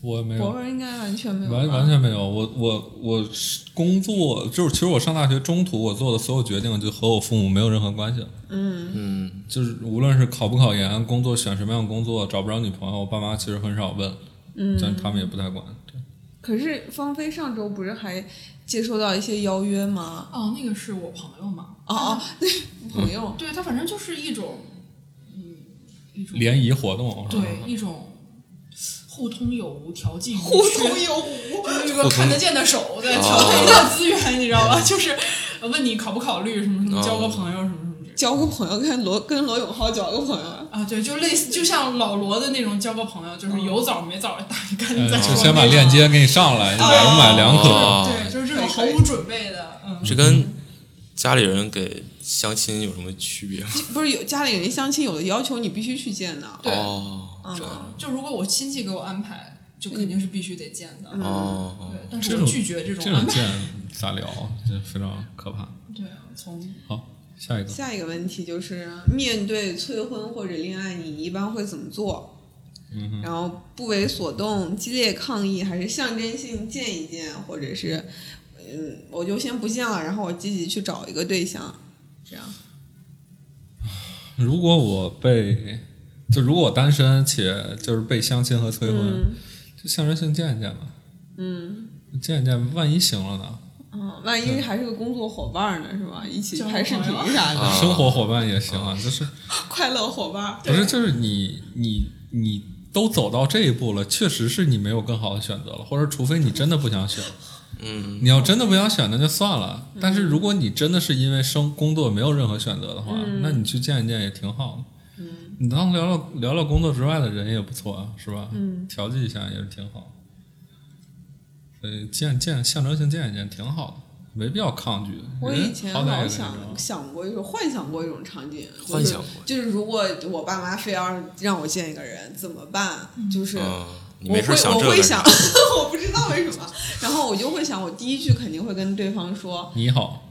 Speaker 2: 我啊没
Speaker 3: 博
Speaker 2: 有，
Speaker 3: 文应该完全没有吧，
Speaker 2: 完完全没有。我我我是工作就是，其实我上大学中途我做的所有决定，就和我父母没有任何关系了。
Speaker 1: 嗯，
Speaker 2: 就是无论是考不考研，工作选什么样的工作，找不着女朋友，我爸妈其实很少问，嗯，但他们也不太管。对
Speaker 3: 可是芳菲上周不是还接收到一些邀约吗？
Speaker 5: 哦，那个是我朋友嘛。
Speaker 3: 哦哦，对，朋 友，
Speaker 5: 对他反正就是一种，嗯，一种
Speaker 2: 联谊啊活动，
Speaker 5: 对一种互通有无、调剂
Speaker 3: 互通有无，
Speaker 5: 有一个看得见的
Speaker 2: 啊
Speaker 5: 手在调配一下资源，你知道吧？就是问你考不考虑什么什
Speaker 2: 啊
Speaker 5: 么，交个朋友什么什么之类 的。
Speaker 3: 交个朋友，跟罗跟罗永浩交个朋友。
Speaker 5: 啊，对，就类似，就像老罗的那种交个朋友，就是有枣没枣，打一赶紧
Speaker 2: 嗯，
Speaker 5: 再说。
Speaker 2: 就先把链。接给你上来，你买不买两可。
Speaker 1: 哦
Speaker 5: 对，就是这种毫无准备的，嗯，
Speaker 1: 这跟家里人给相亲有什么区别吗？
Speaker 3: 不是有家里人相亲有的要求你必须去见的，
Speaker 5: 对啊
Speaker 1: 哦，
Speaker 3: 嗯
Speaker 1: 这样
Speaker 5: 就如果我亲戚给我安排，就肯定是必须得见的。
Speaker 1: 哦，
Speaker 5: 对，但
Speaker 2: 这
Speaker 5: 是我
Speaker 2: 种
Speaker 5: 拒绝这种
Speaker 2: 这
Speaker 5: 安
Speaker 2: 种
Speaker 5: 排。
Speaker 2: 见咋聊？这非常可怕。
Speaker 5: 对啊，从
Speaker 2: 好，下一个，
Speaker 3: 下一个问题就是，面对催婚或者恋爱，你一般会怎么做？
Speaker 2: 嗯哼，
Speaker 3: 然后不为所动，激烈抗议，还是象征性见一见，或者是，嗯，我就先不见了，然后我积极去找一个对象，这样。
Speaker 2: 如果我被就如果我单身且就是被相亲和催婚，
Speaker 3: 嗯
Speaker 2: 就象征性见一见吧。嗯，见一见，万一行了呢？
Speaker 3: 嗯，万一还是个工作伙伴呢，是吧？一起
Speaker 5: 交个
Speaker 3: 拍视频
Speaker 5: 朋友
Speaker 3: 啥的，
Speaker 1: 啊哦
Speaker 2: 生活伙伴也行啊，就是
Speaker 3: 快乐伙伴。
Speaker 2: 不是就是你你你都走到这一步了，确实是你没有更好的选择了，或者除非你真的不想选。
Speaker 1: 嗯，
Speaker 2: 你要真的不想选，那就算了。
Speaker 3: 嗯
Speaker 2: 但是如果你真的是因为生工作没有任何选择的话，
Speaker 3: 嗯
Speaker 2: 那你去见一见也挺好的。嗯，你当聊聊聊聊工作之外的人也不错啊，是吧？嗯，调剂一下也是挺好。所以见见象征性见一见挺好的，没必要抗拒。
Speaker 3: 我
Speaker 2: 人
Speaker 3: 以前
Speaker 2: 好歹
Speaker 3: 老
Speaker 2: 也得
Speaker 3: 想
Speaker 2: 那种
Speaker 3: 想过一种幻想过一种场景，就是
Speaker 1: 幻想过
Speaker 3: 就是如果我爸妈非要让我见一个人怎么办？ 就是
Speaker 1: 嗯，你
Speaker 3: 我
Speaker 1: 没
Speaker 3: 会
Speaker 1: 事儿想这
Speaker 3: 我
Speaker 1: 个
Speaker 3: 会
Speaker 1: 干
Speaker 3: 想
Speaker 1: 啥？，
Speaker 3: 我不知道为什么，然后我就会想，我第一句肯定会跟对方说，
Speaker 2: 你好，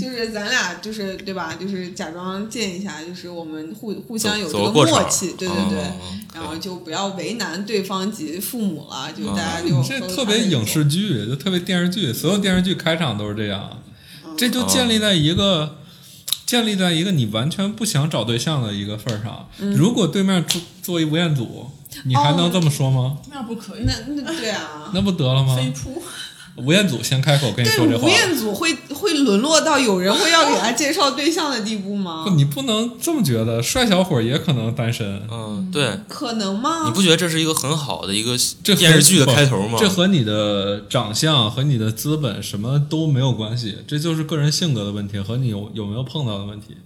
Speaker 3: 就是咱俩就是对吧？就是假装见一下，就是我们互互相有这
Speaker 1: 走走个
Speaker 3: 个
Speaker 1: 过场
Speaker 3: 默契，对对对
Speaker 1: 嗯嗯嗯，
Speaker 3: 然后就不要为难对方及父母了，就
Speaker 1: 哦
Speaker 3: 大家就
Speaker 2: 你这特别影视剧，就特别电视剧，所有电视剧开场都是这样，这就建立在一个、建立在一个你完全不想找对象的一个份儿上。
Speaker 3: 嗯
Speaker 2: 如果对面做做一吴彦祖，你还能这么说吗？
Speaker 3: 哦
Speaker 5: 那不可以
Speaker 3: 那，那 对啊，
Speaker 2: 那不得了吗？
Speaker 5: 飞扑。
Speaker 2: 吴彦祖先开口跟你说这
Speaker 3: 对，吴
Speaker 2: 话，
Speaker 3: 彦祖会会沦落到有人会要给他介绍对象的地步
Speaker 2: 不，
Speaker 3: 吗？
Speaker 2: 你不能这么觉得，帅小伙儿也可能单身。
Speaker 1: 嗯，对，
Speaker 3: 可能吗？
Speaker 1: 你不觉得这是一个很好的一个
Speaker 2: 这和
Speaker 1: 电视剧的开头吗？
Speaker 2: 不这和你的长相和你的资本什么都没有关系，这就是个人性格的问题和你有有没有碰到的问题。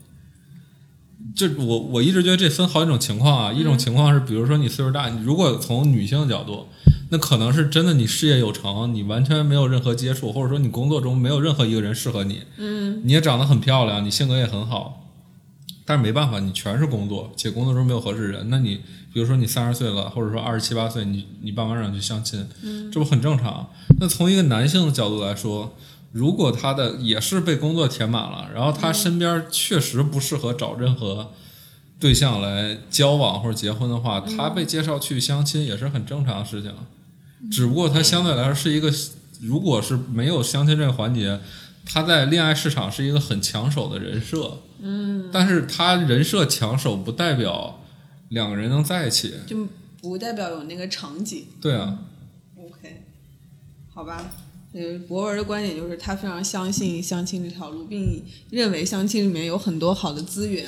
Speaker 2: 这我我一直觉得这分好几种情况啊，一种情况是，比如说你岁数大，你如果从女性的角度，那可能是真的你事业有成，你完全没有任何接触，或者说你工作中没有任何一个人适合你，嗯，你也长得很漂亮，你性格也很好，但是没办法，你全是工作，且工作中没有合适人，那你比如说你三十岁了，或者说二十七八岁，你你爸妈让你去相亲，这不很正常？那从一个男性的角度来说，如果他的也是被工作填满了，然后他身边确实不适合找任何对象来交往或者结婚的话，他被介绍去相亲也是很正常的事情。只不过他相对来说是一个，如果是没有相亲这个环节，他在恋爱市场是一个很抢手的人设。嗯，但是他人设抢手不代表两个人能在一起。
Speaker 3: 就不代表有那个场景。
Speaker 2: 对啊，
Speaker 3: OK，好吧。呃，博文的观点就是他非常相信相亲这条路，并认为相亲里面有很多好的资源。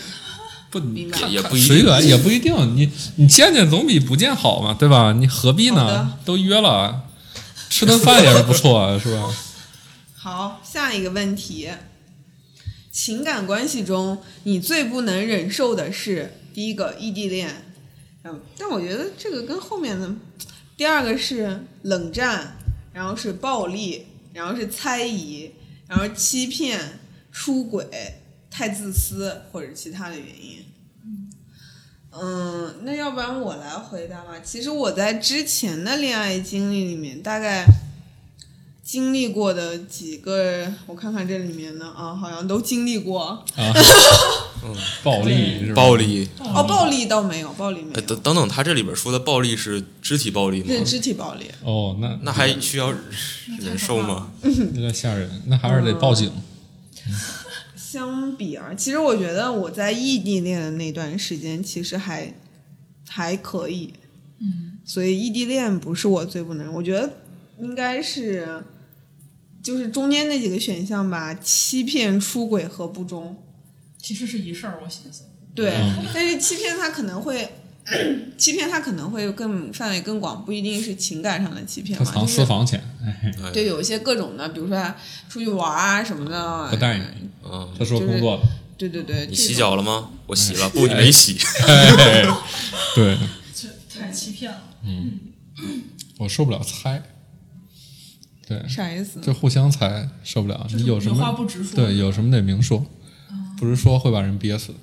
Speaker 2: 不，你
Speaker 3: 明白
Speaker 2: 看
Speaker 1: 也
Speaker 2: 看
Speaker 1: 不一定
Speaker 2: 随缘，也不一定。你你见见总比不见好嘛，对吧？你何必
Speaker 3: 好的
Speaker 2: 呢？都约了，吃顿饭也是不错啊，是吧？
Speaker 3: 好，下一个问题，情感关系中你最不能忍受的是第一个异地恋，嗯，但我觉得这个跟后面的第二个是冷战，然后是暴力，然后是猜疑，然后欺骗、出轨、太自私或者其他的原因。嗯，那要不然我来回答吧。其实我在之前的恋爱经历里面，大概经历 过的几个，我看看这里面呢啊，好像都经历过。
Speaker 2: 啊，暴力
Speaker 5: 对
Speaker 2: 是吧
Speaker 1: 暴力，
Speaker 3: 哦，暴力倒没有，暴力没
Speaker 1: 呃
Speaker 3: 有
Speaker 1: 等，等等，他这里边说的暴力是肢体暴力吗？
Speaker 3: 是肢体暴力。
Speaker 2: 哦，那
Speaker 1: 那还需要忍受
Speaker 5: 那太可怕
Speaker 1: 吗？
Speaker 2: 有点吓人，那还是得报警。
Speaker 3: 相比而，其实我觉得我在异地恋的那段时间，其实还还可以。嗯，所以异地恋不是我最不能，我觉得应该是就是中间那几个选项吧，欺骗、出轨和不忠。
Speaker 5: 其实是一事儿，我寻思。
Speaker 3: 对，
Speaker 2: 嗯
Speaker 3: 但是欺骗他可能会， 欺骗他可能会更范围更广，不一定是情感上的欺骗
Speaker 5: 哦
Speaker 2: 他
Speaker 3: 嘛，就
Speaker 2: 藏私
Speaker 3: 是
Speaker 2: 房钱，哎，
Speaker 1: 哎
Speaker 3: 对有一些各种的，比如说出去玩啊什么的，
Speaker 2: 不带你。
Speaker 1: 嗯，
Speaker 2: 他说工作了，
Speaker 3: 对对对，
Speaker 1: 你
Speaker 3: 这
Speaker 1: 洗
Speaker 3: 种
Speaker 1: 脚了吗？我洗了，不，你没 洗。
Speaker 2: 哎，对，
Speaker 5: 这太欺骗了，
Speaker 2: 我受不了猜，对，
Speaker 3: 啥意思？
Speaker 2: 就互相猜受不了。
Speaker 5: 就
Speaker 2: 你
Speaker 5: 是
Speaker 2: 有什
Speaker 5: 有话
Speaker 2: 么
Speaker 5: 不直说哦
Speaker 2: 对，有什么得明说，不是说会把人憋死。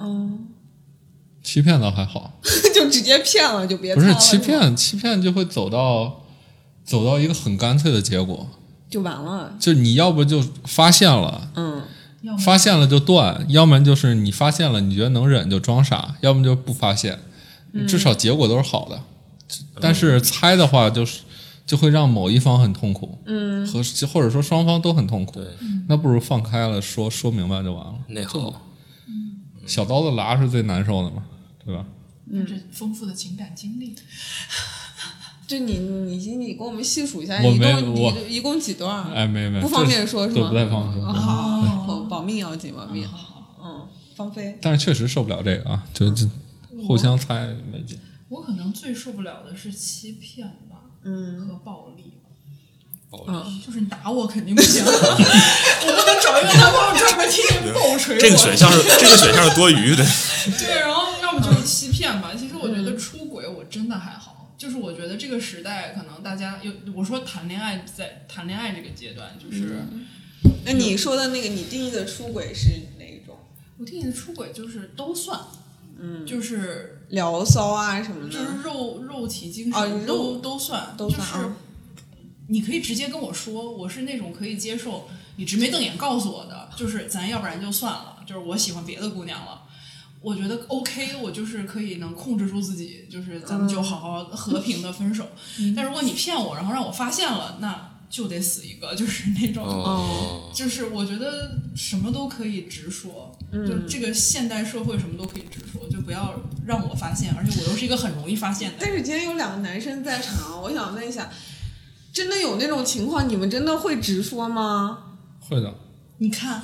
Speaker 3: 嗯，
Speaker 2: 欺骗倒还好，
Speaker 3: 就直接骗了，就别
Speaker 2: 不是
Speaker 3: 猜了
Speaker 2: 欺
Speaker 3: 吧
Speaker 2: 骗，欺骗就会走到走到一个很干脆的结果，
Speaker 3: 就完了。
Speaker 2: 就你要不就发现了，
Speaker 3: 嗯，
Speaker 5: 要么
Speaker 2: 发现了就断，要不然就是你发现了，你觉得能忍就装傻，要么就不发现，
Speaker 3: 嗯
Speaker 2: 至少结果都是好的。但是猜的话，就是就会让某一方很痛苦，嗯，和或者说双方都很痛苦。那不如放开了说说明白就完了。
Speaker 1: 那
Speaker 3: 嗯
Speaker 1: 好，
Speaker 2: 小刀子拉是最难受的嘛，对吧？
Speaker 5: 有着丰富的情感经历，
Speaker 3: 就你你你你给我们细数一下，
Speaker 2: 我
Speaker 3: 一
Speaker 2: 没
Speaker 3: 共
Speaker 2: 我
Speaker 3: 你一共几段？
Speaker 2: 哎，没没，
Speaker 3: 不方便说
Speaker 2: 这
Speaker 3: 是吗哦
Speaker 2: 都不太方便说。嗯
Speaker 3: 好，保保命要紧，保命。嗯，芳菲，
Speaker 2: 但是确实受不了这个啊，就就
Speaker 5: 嗯
Speaker 2: 互相猜没劲。
Speaker 5: 我可能最受不了的是欺骗吧，
Speaker 3: 嗯
Speaker 5: 和暴力吧，
Speaker 1: 暴
Speaker 3: 嗯，
Speaker 5: 就是你打我肯定不行，我 不能找一个男朋友专门替你暴锤我。
Speaker 1: 这个选项是这个选项是多余的。
Speaker 5: 对，然后要么就是欺骗吧。其实我觉得出轨我真的还好，就是我觉得这个时代可能大家有我说谈恋爱在谈恋爱这个阶段，就是、
Speaker 3: 那你
Speaker 5: 嗯
Speaker 3: 说的那个你定义的出轨是哪种？
Speaker 5: 我定义的出轨就是都算，嗯，就是
Speaker 3: 聊骚啊什么
Speaker 5: 就是
Speaker 3: 的，
Speaker 5: 肉肉体精
Speaker 3: 啊
Speaker 5: 神
Speaker 3: 肉
Speaker 5: 都、都算，
Speaker 3: 都
Speaker 5: 就
Speaker 3: 算
Speaker 5: 是
Speaker 3: 啊
Speaker 5: 你可以直接跟我说，我是那种可以接受你直眉瞪眼告诉我的，就是咱要不然就算了，就是我喜欢别的姑娘了。我觉得 OK，我就是可以能控制住自己，就是咱
Speaker 3: 嗯
Speaker 5: 们就好好和平的分手。 但如果你骗我，然后让我发现了，那就得死一个，就是那种。
Speaker 1: 哦，
Speaker 5: 就是我觉得什么都可以直说，
Speaker 3: 嗯
Speaker 5: 就这个现代社会什么都可以直说，就不要让我发现，而且我又是一个很容易发现的人。
Speaker 3: 但是今天有两个男生在场，啊我想问一下，真的有那种情况，你们真的会直说吗？
Speaker 2: 会的，
Speaker 5: 你看，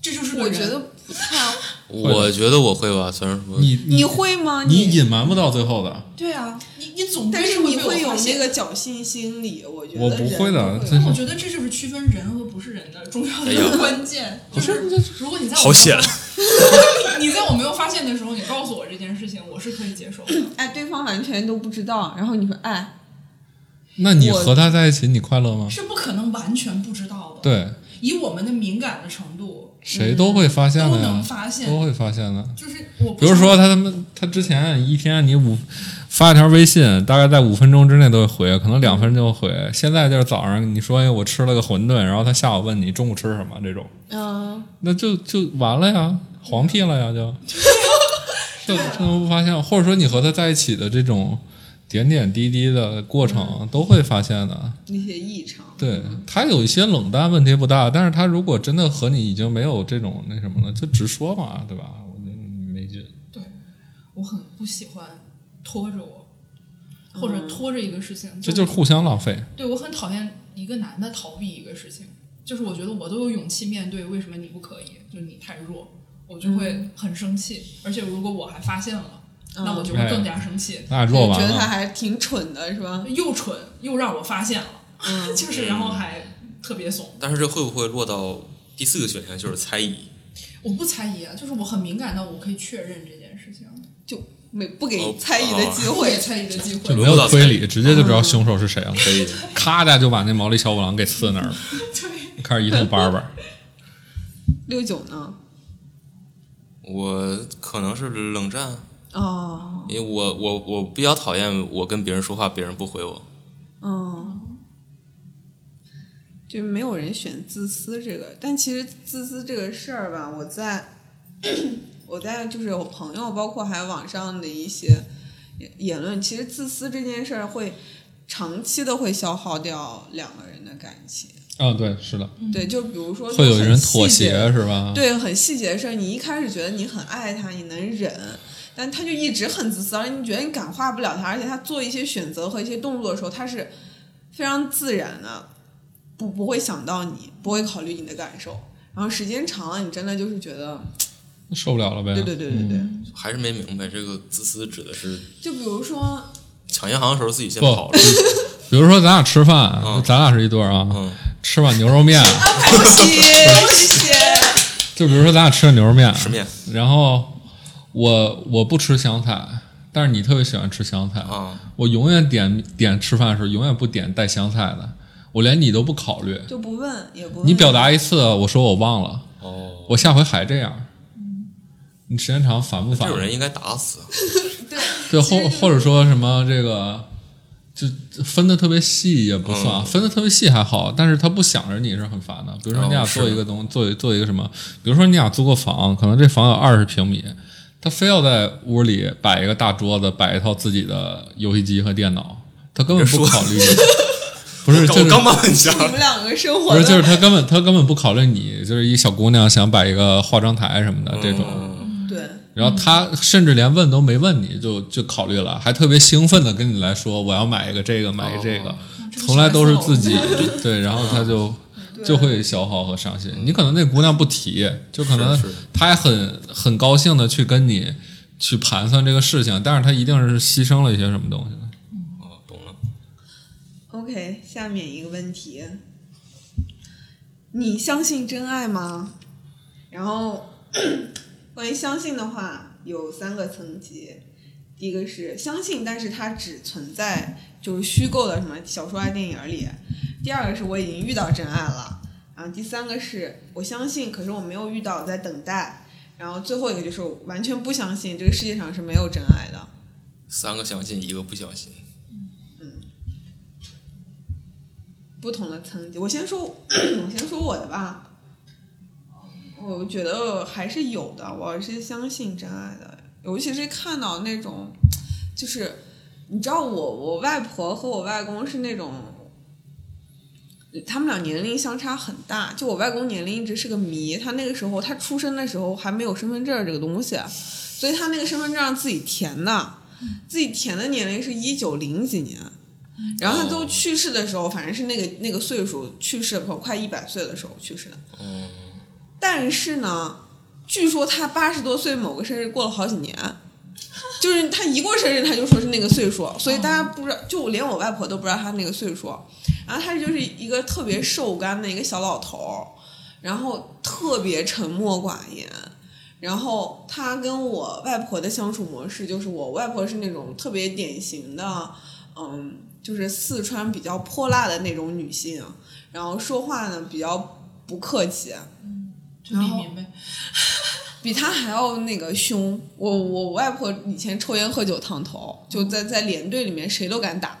Speaker 5: 这就是个
Speaker 3: 我
Speaker 5: 人
Speaker 3: 觉得不太，
Speaker 1: 我觉得我会吧，虽然
Speaker 5: 嗯
Speaker 1: 说
Speaker 2: 你
Speaker 3: 你会吗？
Speaker 2: 你隐瞒不到最后的，
Speaker 5: 对啊，你你总归
Speaker 3: 但是
Speaker 5: 会
Speaker 3: 你
Speaker 5: 被我
Speaker 3: 会有
Speaker 5: 发
Speaker 3: 那
Speaker 5: 现。
Speaker 3: 个侥幸心理，我觉得
Speaker 2: 我不
Speaker 3: 人
Speaker 2: 会的
Speaker 3: 都
Speaker 2: 这
Speaker 5: 我觉得这就是区分人和不是人的重要的
Speaker 1: 哎
Speaker 5: 一
Speaker 1: 呀
Speaker 5: 个关键。就是如果你在我
Speaker 1: 好险，
Speaker 5: 你在我没有发现的时候，你告诉我这件事情，我是可以接受的。
Speaker 3: 哎，对方完全都不知道，然后你说哎，
Speaker 2: 那你
Speaker 3: 我
Speaker 2: 和他在一起，你快乐吗？
Speaker 5: 是不可能完全不知道的。，
Speaker 2: 对，
Speaker 5: 以我们的敏感的程度，
Speaker 2: 谁都会发现
Speaker 5: 嗯都
Speaker 2: 的呀
Speaker 5: 能，发现。
Speaker 2: 都会发现的。
Speaker 5: 就是我不
Speaker 2: 比如
Speaker 5: 是
Speaker 2: 说他他妈他之前一天你五发一条微信，大概在五分钟之内都会回，可能两分钟就回。现在就是早上你说哎我吃了个馄饨，然后他下午问你中午吃什么这种，
Speaker 3: 嗯、
Speaker 2: 那就就完了呀，黄屁了呀就，就这能不发现？或者说你和他在一起的这种点点滴滴的过
Speaker 3: 嗯
Speaker 2: 程都会发现的。
Speaker 3: 那些异常，
Speaker 2: 对他有一些冷淡问题不大，但是他如果真的和你已经没有这种那什么了，就直说嘛，对吧？我觉得没劲。
Speaker 5: 对，我很不喜欢拖着我，或
Speaker 3: 嗯
Speaker 5: 者拖着一个事情，
Speaker 2: 这就是互相浪费。
Speaker 5: 对我很讨厌一个男的逃避一个事情，就是我觉得我都有勇气面对，为什么你不可以？就你太弱，我就会很生气，而且如果我还发现了，那我就会更加生气，
Speaker 2: 那
Speaker 3: 就
Speaker 2: 弱
Speaker 3: 觉
Speaker 2: 完
Speaker 3: 得他
Speaker 2: 了，
Speaker 3: 还挺蠢的，是吧？
Speaker 5: 又蠢又让我发现了，
Speaker 3: 嗯
Speaker 5: 就是然后还特别怂。
Speaker 1: 但是这会不会落到第四个选项就是猜疑？
Speaker 5: 我不猜疑啊，就是我很敏感到我可以确认这件事情，
Speaker 3: 就没不给
Speaker 1: 哦
Speaker 3: 猜疑的机
Speaker 5: 不
Speaker 3: 会
Speaker 5: 给。猜疑的机
Speaker 2: 就
Speaker 5: 会。
Speaker 2: 没有推理，直接就知
Speaker 3: 嗯
Speaker 2: 道凶手是 谁了。
Speaker 1: 可以，
Speaker 2: 咔嗒就把那毛利小五郎给刺那儿了，
Speaker 5: 对，
Speaker 2: 开始一 通叭叭。
Speaker 3: 六九呢？
Speaker 1: 我可能是冷战，
Speaker 3: 哦，
Speaker 1: 因为我我我比较讨厌我跟别人说话，别人不回我。
Speaker 3: 嗯，就没有人选自私这个，但其实自私这个事儿吧，我在 我在就是我朋友，包括还有网上的一些言言论，其实自私这件事儿会长期的会消耗掉两个人的感情。
Speaker 2: 啊，对，是的，
Speaker 3: 对，就比如说
Speaker 2: 会有
Speaker 3: 很
Speaker 2: 人
Speaker 3: 细
Speaker 2: 妥
Speaker 3: 节
Speaker 2: 协是吧？，
Speaker 3: 对，很细节的事儿，你一开始觉得你很爱他，你能忍，但他就一直很自私，而你觉得你感化不了他，而且他做一些选择和一些动作的时候，他是非常自然的，不不会想到你，不会考虑你的感受。然后时间长了，你真的就是觉得，
Speaker 2: 受不了了呗。
Speaker 3: 对对对对对，
Speaker 2: 嗯
Speaker 1: 还是没明白这个自私指的是
Speaker 3: 就比如说，
Speaker 1: 抢银行的时候自己先
Speaker 2: 不
Speaker 1: 跑了，
Speaker 2: 比如说咱俩吃饭，
Speaker 1: 嗯
Speaker 2: 咱俩是一对儿啊，
Speaker 1: 嗯，
Speaker 2: 吃碗牛肉面，
Speaker 3: 恭喜谢谢，
Speaker 2: 就比如说咱俩吃个牛肉面，
Speaker 1: 吃面
Speaker 2: 然后我我不吃香菜，但是你特别喜欢吃香菜，
Speaker 1: 啊，
Speaker 2: 我永远点点吃饭的时候永远不点带香菜的，我连你都不考虑。
Speaker 3: 就不问也不问
Speaker 2: 你表达一次，我说我忘了，
Speaker 1: 哦，
Speaker 2: 我下回还这样。你时间长烦
Speaker 1: 哦
Speaker 2: 不
Speaker 1: 这
Speaker 2: 烦？
Speaker 1: 种人应该打死，
Speaker 3: 对
Speaker 2: 对，或或者说什么这个，就分的特别细也不算，
Speaker 1: 嗯
Speaker 2: 分的特别细还好，但是他不想着你是很烦的。比如说你俩
Speaker 1: 哦是
Speaker 2: 做一个东，做一做一个什么，比如说你俩租个房，可能这房有二十平米，他非要在屋里摆一个大桌子，摆一套自己的游戏机和电脑，他根本不
Speaker 1: 别说
Speaker 2: 考 虑你。不是，
Speaker 1: 我
Speaker 2: 就是
Speaker 1: 刚刚骂你家，
Speaker 3: 你们两个生活
Speaker 2: 不是，
Speaker 3: 的
Speaker 2: 就是他根本他根本不考虑你，就是一小姑娘想摆一个化妆台什么的这种，
Speaker 1: 嗯
Speaker 3: 对。
Speaker 2: 然后他甚至连问都没问你就就考虑了，还特别兴奋的跟你来说我要买一个这个买一个哦这个，从来都是自己 对，然后他 就就会消耗和伤心。你可能那姑娘不提，就可能
Speaker 1: 是是
Speaker 2: 她还很很高兴的去跟你去盘算这个事情，但是她一定是牺牲了一些什么东西的。
Speaker 1: 哦，懂了，
Speaker 3: OK，下面一个问题，你相信真爱吗？然后 关于相信的话，有三个层级。第一个是相信，但是它只存在就是虚构的什么小说啊、电影里。第二个是我已经遇到真爱了，然后第三个是我相信，可是我没有遇到，我在等待。然后最后一个就是完全不相信这个世界上是没有真爱的。
Speaker 1: 三个相信，一个不相信，
Speaker 3: 不同的层级。我先说， 我先说我的吧。我觉得还是有的，我是相信真爱的，尤其是看到那种，就是你知道我我外婆和我外公是那种，他们俩年龄相差很大，就我外公年龄一直是个谜，他那个时候他出生的时候还没有身份证这个东西，所以他那个身份证上自己填的，自己填的年龄是一九零几年，然后他都
Speaker 1: 哦
Speaker 3: 去世的时候，反正是那个那个岁数去世，快一百岁的时候去世的。
Speaker 1: 嗯，
Speaker 3: 但是呢，据说他八十多岁某个生日过了好几年，就是他一过生日他就说是那个岁数，所以大家不知道，就连我外婆都不知道他那个岁数。然后他就是一个特别瘦干的一个小老头儿，然后特别沉默寡言。然后他跟我外婆的相处模式就是，我外婆是那种特别典型的，嗯，就是四川比较泼辣的那种女性，然后说话呢比较不客气，
Speaker 5: 就李明呗，
Speaker 3: 比他还要那个凶。我我外婆以前抽烟喝酒烫头，就在在连队里面谁都敢打。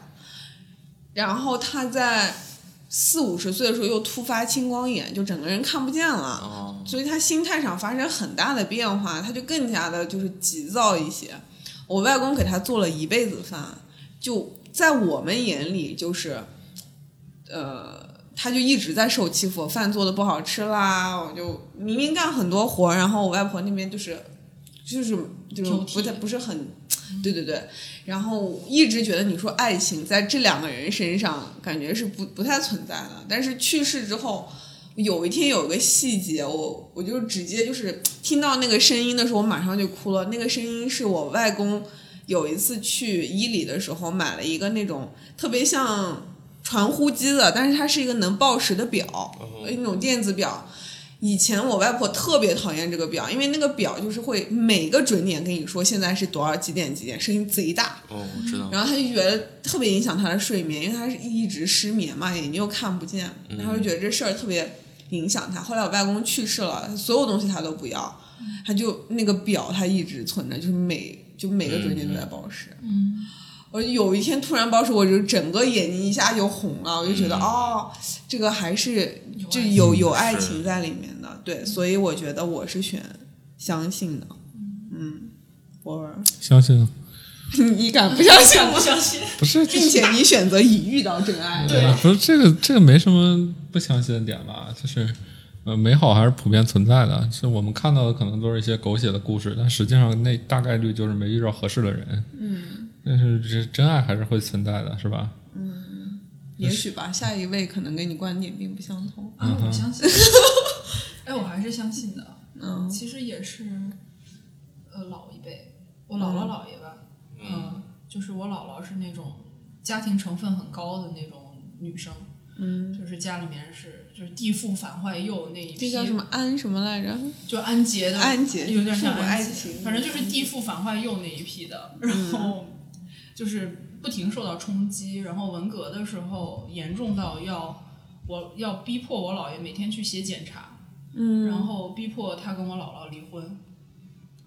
Speaker 3: 然后她在四五十岁的时候又突发青光眼，就整个人看不见了，
Speaker 5: 嗯
Speaker 1: 哦，
Speaker 3: 所以她心态上发生很大的变化，她就更加的就是急躁一些。我外公给她做了一辈子饭，就在我们眼里就是，呃，他就一直在受欺负，饭做的不好吃啦，我就明明干很多活儿，然后我外婆那边就是就是就是
Speaker 5: 挑剔
Speaker 3: 不太不是很，对对对，然后一直觉得你说爱情在这两个人身上感觉是不不太存在的，但是去世之后。有一天有个细节，我我就直接就是听到那个声音的时候，我马上就哭了。那个声音是我外公有一次去伊犁的时候买了一个那种特别像传呼机的，但是它是一个能报时的表，呃那种电子表。以前我外婆特别讨厌这个表，因为那个表就是会每个准点跟你说现在是多少几点几点，声音贼大，
Speaker 1: 哦，我知道，
Speaker 3: 然后她就觉得特别影响她的睡眠，因为她是一直失眠嘛，眼睛又看不见，然后就觉得这事儿特别影响她。后来我外公去世了，所有东西她都不要，
Speaker 5: 嗯
Speaker 3: 她就那个表她一直存着，就是每就每个准点都在报时。
Speaker 5: 嗯，
Speaker 3: 我有一天突然暴食，我就整个眼睛一下就红了，我就觉得、
Speaker 1: 嗯
Speaker 3: 哦，这个还是
Speaker 5: 有爱
Speaker 3: 就
Speaker 5: 情嗯
Speaker 3: 有有爱情在里面的，对，所以我觉得我是选相信的。嗯，我
Speaker 2: 相信啊
Speaker 3: 你敢不相信
Speaker 5: 不
Speaker 3: 吗？
Speaker 5: 相信？
Speaker 2: 不是
Speaker 3: 并且你选择已遇到真爱，
Speaker 5: 对
Speaker 2: 哎不是这个这个没什么不相信的点吧？就是呃，美好还是普遍存在的，是我们看到的可能都是一些狗血的故事，但实际上那大概率就是没遇到合适的人。嗯，但是这真爱还是会存在的，是吧？
Speaker 3: 也许吧，下一位可能跟你观点并不相同。
Speaker 5: 啊，我相信。 哎，我还是相信的。嗯，其实也是，呃，老一辈，我姥姥姥爷吧，嗯、就是我姥姥是那种家庭成分很高的那种女生，
Speaker 3: 嗯，
Speaker 5: 就是家里面是就是地富反坏右那一批，
Speaker 3: 这叫什么安什么来着？
Speaker 5: 就安杰的
Speaker 3: 安杰
Speaker 5: 有点像
Speaker 3: 父母
Speaker 5: 安
Speaker 3: 爱
Speaker 5: 杰，
Speaker 3: 情嗯
Speaker 5: 反正就是地富反坏右那一批的，然后就是不停受到冲击，然后文革的时候严重到要我要逼迫我姥爷每天去写检查，
Speaker 3: 嗯
Speaker 5: 然后逼迫他跟我姥姥离婚，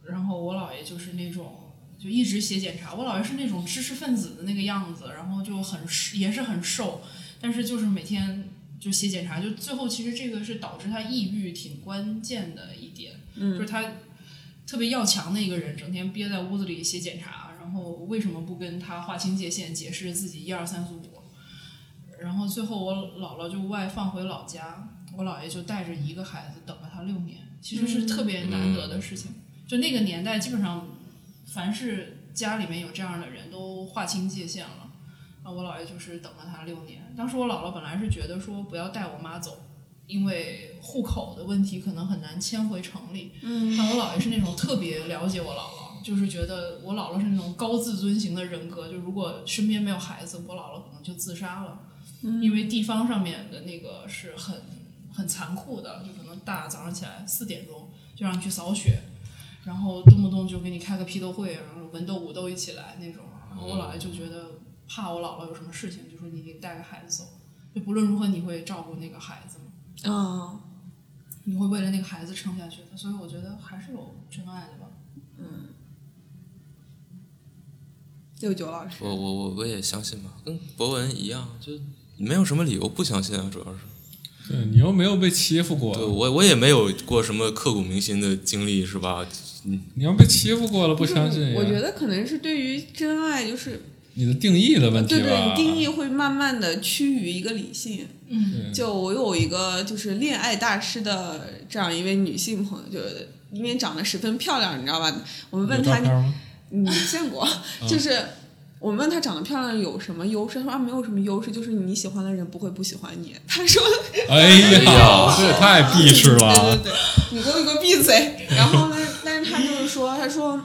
Speaker 5: 然后我姥爷就是那种。就一直写检查，我姥爷是那种知识分子的那个样子，然后就很也是很瘦，但是就是每天就写检查，就最后其实这个是导致他抑郁挺关键的一点，就是他特别要强的一个人，整天憋在屋子里写检查，然后为什么不跟他划清界限，解释自己一二三四五？然后最后我姥姥就外放回老家，我姥爷就带着一个孩子等了他六年，其实是特别难得的事情。就那个年代，基本上凡是家里面有这样的人都划清界限了。啊，我姥爷就是等了他六年。当时我姥姥本来是觉得说不要带我妈走，因为户口的问题可能很难迁回城里。嗯，但我姥爷是那种特别了解我姥姥，就是觉得我姥姥是那种高自尊型的人格，就如果身边没有孩子，我姥姥可能就自杀了，因为地方上面的那个是很很残酷的，就可能大早上起来四点钟就让你去扫雪，然后动不动就给你开个批斗会，然后文斗武斗一起来那种。啊然后我姥爷就觉得怕我姥姥有什么事情，就说你得带个孩子走，就不论如何你会照顾那个孩子
Speaker 3: 啊，
Speaker 5: 嘛，你会为了那个孩子撑下去的。所以我觉得还是有真爱的吧。
Speaker 3: 六九老师，
Speaker 1: 我我我我也相信吧，跟博文一样，就没有什么理由不相信啊，主要是。
Speaker 2: 对你又没有被欺负过，
Speaker 1: 对我我也没有过什么刻骨铭心的经历，是吧？
Speaker 2: 你要被欺负过了不
Speaker 3: 不
Speaker 2: 相信，
Speaker 3: 我觉得可能是对于真爱，就是
Speaker 2: 你的定义的问题
Speaker 3: 对
Speaker 2: 吧？
Speaker 3: 对，定义会慢慢的趋于一个理性。
Speaker 5: 嗯，
Speaker 2: 嗯
Speaker 3: 就我有一个就是恋爱大师的这样一位女性朋友，就是因为长得十分漂亮，你知道吧？我们问
Speaker 2: 有照
Speaker 3: 她
Speaker 2: 片吗？
Speaker 3: 你见过，就是我们问她长得漂亮有什么优势，她说啊没有什么优势，就是你喜欢的人不会不喜欢你。她说
Speaker 2: 哎
Speaker 1: 哎
Speaker 2: 呀
Speaker 1: 呀，
Speaker 2: 这也太 避世
Speaker 3: 对
Speaker 2: 了
Speaker 3: 对。对，你给我给我闭嘴！然后呢，但是他就是说，他说，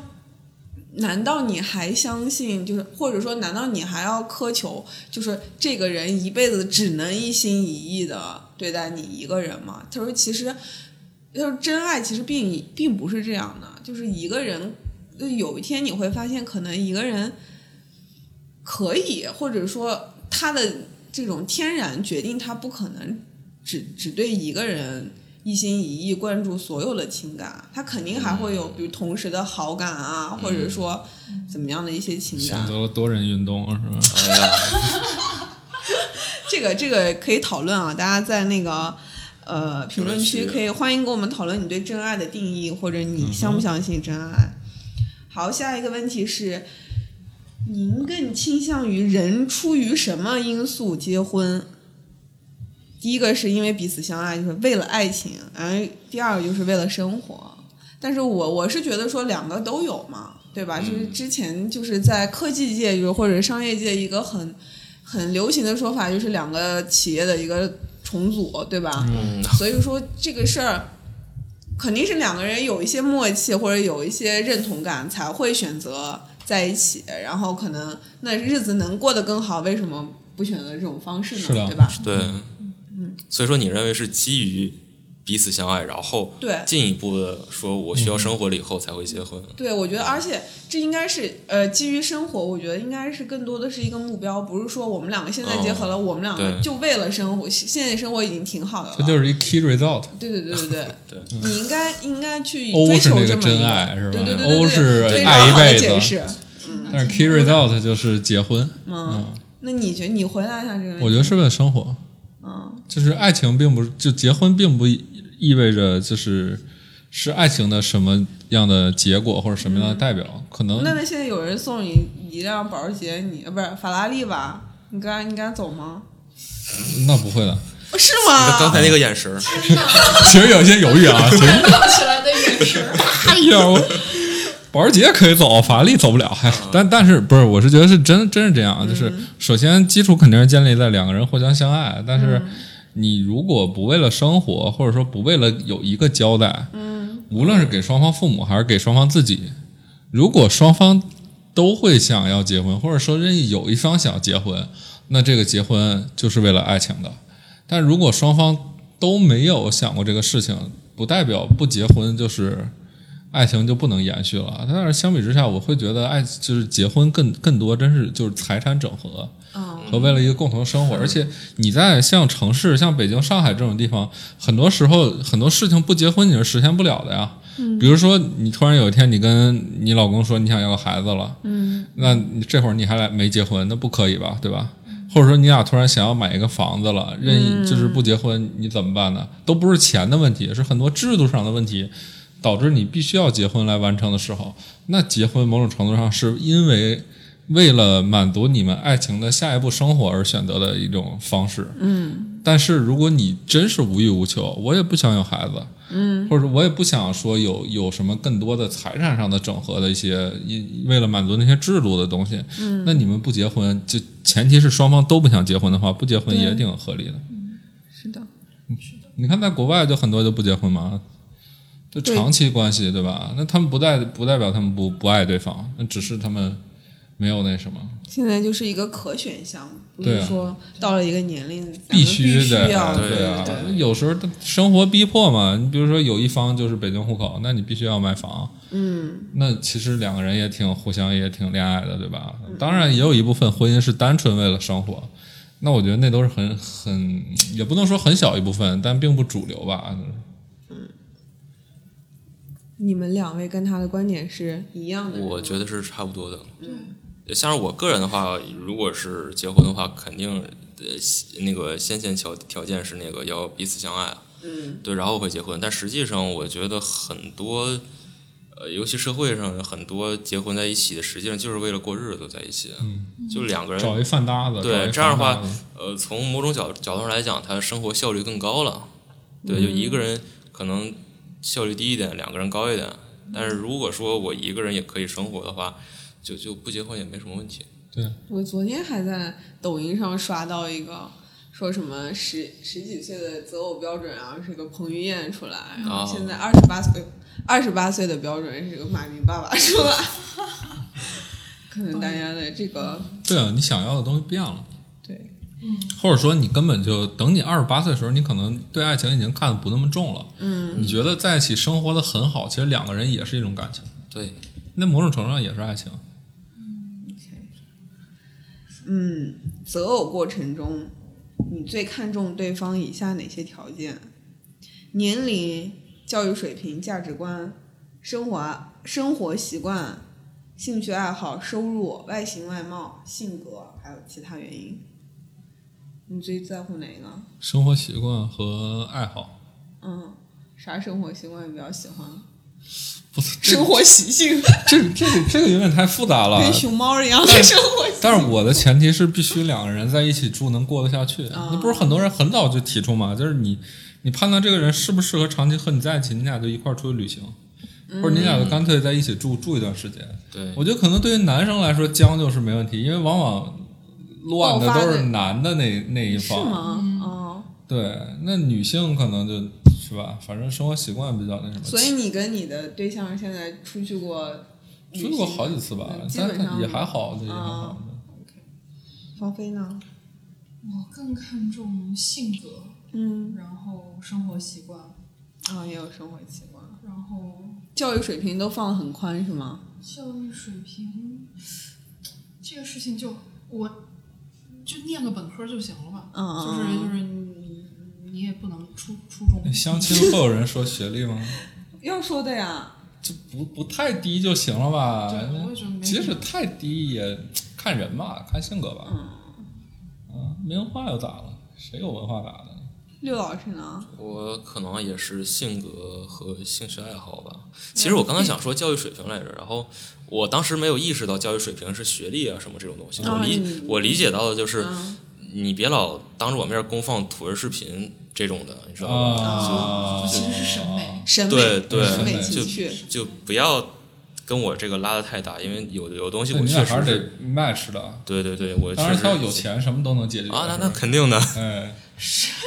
Speaker 3: 难道你还相信，就是或者说，难道你还要苛求，就是这个人一辈子只能一心一意的对待你一个人吗？他说，其实，他说真爱其实并并不是这样的，就是一个人，就有一天你会发现，可能一个人可以，或者说他的。这种天然决定，他不可能只只对一个人一心一意灌注所有的情感，他肯定还会有，比如同时的好感啊，或者说怎么样的一些情
Speaker 2: 选
Speaker 3: 感。
Speaker 2: 择了多人运动是吧？
Speaker 1: 哎呀，
Speaker 3: 这个这个可以讨论啊，大家在那个呃评论区
Speaker 1: 评论区
Speaker 3: 可以欢迎跟我们讨论你对真爱的定义，或者你相不相信真爱。好，下一个问题是，您更倾向于人出于什么因素结婚？第一个是因为彼此相爱，就是为了爱情；而第二个就是为了生活。但是我我是觉得说两个都有嘛，对
Speaker 2: 嗯
Speaker 3: 吧？就是之前就是在科技界，就是或者商业界一个很很流行的说法，就是两个企业的一个重组，对吧？
Speaker 1: 嗯，
Speaker 3: 所以说这个事儿肯定是两个人有一些默契或者有一些认同感才会选择在一起，然后可能那日子能过得更好，为什么不选择这种方式
Speaker 2: 是的
Speaker 3: 呢？对吧？
Speaker 1: 对，所以说你认为是基于彼此相爱，然后
Speaker 3: 对
Speaker 1: 进一步的说我需要生活了以后才会结婚，
Speaker 3: 对，我觉得，而且这应该是呃，基于生活，我觉得应该是更多的是一个目标，不是说我们两个现在结合了，我们两个
Speaker 1: 对
Speaker 3: 就为了生活，现在生活已经挺好的了。
Speaker 2: 这就是一 key result。
Speaker 3: 对对对对对，
Speaker 1: 对，
Speaker 3: 你应该应该去
Speaker 2: 欧
Speaker 3: 追
Speaker 2: 是
Speaker 3: 求
Speaker 2: 那个
Speaker 3: 这么一
Speaker 2: 真
Speaker 3: 个
Speaker 2: 爱是吧
Speaker 3: 对对对对
Speaker 2: 欧
Speaker 3: 对，
Speaker 2: 是
Speaker 3: 非
Speaker 2: 爱一
Speaker 3: 常好的
Speaker 2: 辈
Speaker 3: 解
Speaker 2: 子
Speaker 3: 释。
Speaker 2: 但是 key result 就是结婚，
Speaker 3: 嗯，
Speaker 2: 嗯，
Speaker 3: 那你觉得你回答一下这个问题？
Speaker 2: 我觉得是为了生活，
Speaker 3: 嗯
Speaker 2: 就是爱情并不是就结婚并不意味着就是是爱情的什么样的结果或者什么样的代表，可能
Speaker 3: 那那现在有人送你一辆保时捷，你呃不是法拉利吧？你敢你敢走吗？
Speaker 2: 那不会的。
Speaker 3: 哦是吗？
Speaker 1: 刚才那个眼神儿，
Speaker 2: 其实有一些犹豫啊，其实
Speaker 5: 跳起来的眼神，
Speaker 2: 哎呀，我保时捷可以走，法拉利走不了。哎，但但是不是？我是觉得是真真是这样，啊就是首先基础肯定是建立在两个人互相相爱，但是你如果不为了生活，或者说不为了有一个交代，嗯，无论是给双方父母还是给双方自己，如果双方都会想要结婚，或者说任意有一方想要结婚，那这个结婚就是为了爱情的。但如果双方都没有想过这个事情，不代表不结婚就是爱情就不能延续了。但是相比之下，我会觉得爱就是结婚更更多，真是就是财产整合和为了一个共同生活。而且你在像城市、像北京、上海这种地方，很多时候很多事情不结婚你是实现不了的呀。比如说，你突然有一天你跟你老公说你想要个孩子了，嗯，那你这会儿你还来没结婚，那不可以吧，对吧？或者说你俩突然想要买一个房子了，任意就是不结婚，你怎么办呢？都不是钱的问题，是很多制度上的问题导致你必须要结婚来完成的时候，那结婚某种程度上是因为为了满足你们爱情的下一步生活而选择的一种方式。嗯，但是如果你真是无欲无求，我也不想有孩子，嗯，或者我也不想说有有什么更多的财产上的整合的一些，因为了满足那些制度的东西，嗯，那你们不结婚，就前提是双方都不想结婚的话，不结婚也挺合理的。
Speaker 3: 是的，
Speaker 2: 你看，在国外就很多就不结婚嘛，就长期关系对吧？那他们不代不代表他们不不爱对方，那只是他们没有那什么。
Speaker 3: 现在就是一个可选项，不
Speaker 2: 对
Speaker 3: 是
Speaker 2: 啊
Speaker 3: 说到了一个年龄咱们
Speaker 2: 必
Speaker 3: 必
Speaker 2: 须得
Speaker 3: 要
Speaker 1: 对
Speaker 2: 对啊，有时候生活逼迫嘛。你比如说有一方就是北京户口，那你必须要买房。嗯，那其实两个人也挺互相也挺恋爱的，对吧？当然也有一部分婚姻是单纯为了生活，那我觉得那都是很很也不能说很小一部分，但并不主流吧。
Speaker 3: 你们两位跟他的观点是一样的，
Speaker 1: 我觉得是差不多的。对，像是我个人的话，如果是结婚的话，肯定呃先那个先线条条件是那个要彼此相爱，嗯，对，然后会结婚。但实际上，我觉得很多呃，尤其社会上很多结婚在一起的，实际上就是为了过日子在一起，嗯，就两个人
Speaker 2: 找一饭搭子，
Speaker 1: 对
Speaker 2: 找一
Speaker 1: 这样的
Speaker 2: 饭搭
Speaker 1: 话
Speaker 2: 子
Speaker 1: 呃，从某种角角度上来讲，他生活效率更高了。对，就
Speaker 3: 嗯
Speaker 1: 一个人可能效率低一点，两个人高一点。但是如果说我一个人也可以生活的话，就就不结婚也没什么问题。
Speaker 2: 对，
Speaker 3: 我昨天还在抖音上刷到一个说什么十十几岁的择偶标准啊，是个彭于晏出来，然后现
Speaker 1: 哦
Speaker 3: 在二十八岁，二十八岁的标准是个马云爸爸出 来，可能大家的这个
Speaker 1: 嗯
Speaker 2: 对啊，你想要的东西变了。
Speaker 3: 对
Speaker 2: 或者说你根本就等你二十八岁的时候，你可能对爱情已经看得不那么重了。嗯，你觉得在一起生活的很好，其实两个人也是一种感情，
Speaker 1: 对，
Speaker 2: 那某种程度上也是爱情。
Speaker 3: 嗯择偶过程中，你最看重对方以下哪些条件？年龄、教育水平、价值观、生活啊生活习惯、兴趣爱好、收入、外形外貌、性格，还有其他原因。你最在乎哪个？
Speaker 2: 生活习惯和爱好，
Speaker 3: 嗯，啥生活习惯比较喜欢？
Speaker 2: 不是这
Speaker 3: 生活习性
Speaker 2: 这个这个这个有点太复杂了。
Speaker 3: 跟熊猫一样的生活习
Speaker 2: 但是我的前提是必须两个人在一起住能过得下去。那不是很多人很早就提出嘛？就是你你判断这个人适不适合长期和你在一起，你俩就一块儿出去旅行，或者你俩就干脆在一起住住一段时间。
Speaker 1: 对
Speaker 2: 我觉得可能对于男生来说将就是没问题，因为往往乱的都是男的那那一
Speaker 3: 嗯是
Speaker 2: 方。
Speaker 3: 吗？哦，
Speaker 2: 对，那女性可能就是吧，反正生活习惯比较那什么。
Speaker 3: 所以你跟你的对象现在出去过旅
Speaker 2: 出
Speaker 3: 行？
Speaker 2: 去过好几次吧
Speaker 3: 嗯，基
Speaker 2: 但
Speaker 3: 本上
Speaker 2: 是也还好，也还好。
Speaker 3: 芳菲呢？
Speaker 5: 我更看重性格，
Speaker 3: 嗯，
Speaker 5: 然后生活习惯，
Speaker 3: 啊、也有生活习惯，
Speaker 5: 然后
Speaker 3: 教育水平都放得很宽是吗？
Speaker 5: 教育水平，这个事情就我就念个本科就行了嘛，
Speaker 3: 嗯嗯
Speaker 5: 就是就是你你也不能初初中
Speaker 2: 相亲会有人说学历吗？
Speaker 3: 要说的呀，
Speaker 2: 就不不太低就行了吧
Speaker 5: 对我也觉得没什么？
Speaker 2: 即使太低也看人吧，看性格吧。啊，没文化又咋了？谁有文化咋的？
Speaker 3: 六老师呢？
Speaker 1: 我可能也是性格和兴趣爱好
Speaker 3: 嗯
Speaker 1: 吧。其实我刚才想说教育水平来着，然后我当时没有意识到教育水平是学历啊什么这种东西。
Speaker 3: 哦
Speaker 1: 我理
Speaker 3: 你
Speaker 1: 我理解到的就是，
Speaker 3: 嗯
Speaker 1: 你别老当着我面公放土味视频这种的，你知道
Speaker 3: 哦
Speaker 1: 吧？
Speaker 2: 啊，
Speaker 5: 其实是审美，
Speaker 3: 审
Speaker 1: 对
Speaker 3: 美，
Speaker 1: 对
Speaker 3: 审美
Speaker 2: 就
Speaker 3: 情趣，
Speaker 1: 就不要跟我这个拉得太大，因为有有东西
Speaker 2: 对
Speaker 1: 我
Speaker 2: 你俩
Speaker 1: 确
Speaker 2: 还
Speaker 1: 实
Speaker 2: 是
Speaker 1: 是，
Speaker 2: 得 match 的啊。
Speaker 1: 对对对，我确
Speaker 2: 当然，
Speaker 1: 实
Speaker 2: 他要有钱，什么都能解决
Speaker 1: 啊，那
Speaker 2: 是
Speaker 1: 那肯定的。
Speaker 2: 哎，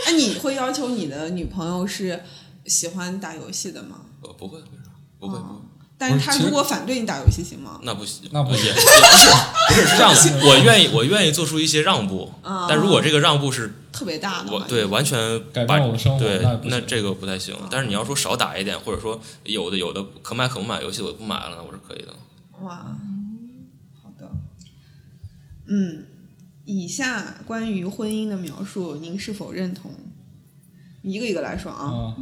Speaker 3: 哎，你会要求你的女朋友是喜欢打游戏的吗？
Speaker 1: 我呃不会，为啥？不会，不会
Speaker 3: 哦但是
Speaker 2: 不是
Speaker 3: 她
Speaker 2: 其实
Speaker 3: 如果反对你打游戏行吗？
Speaker 1: 那不行，
Speaker 2: 那不
Speaker 1: 也
Speaker 2: 行
Speaker 1: 也不是不是是这样 的，我愿意我愿意做出一些让步，
Speaker 3: 啊
Speaker 1: 但如果这个让步是
Speaker 3: 特别大的
Speaker 1: 我
Speaker 3: 话，
Speaker 1: 对完全
Speaker 2: 改
Speaker 1: 把
Speaker 2: 变我的生活
Speaker 1: 对
Speaker 2: 那也不行
Speaker 1: 这个不太行。
Speaker 3: 哦
Speaker 1: 但是你要说少打一点，或者说有的有的可买可不买游戏我不买了，我是可以的。
Speaker 3: 哇，好的，嗯，以下关于婚姻的描述，您是否认同？一个一个来说啊，
Speaker 2: 啊，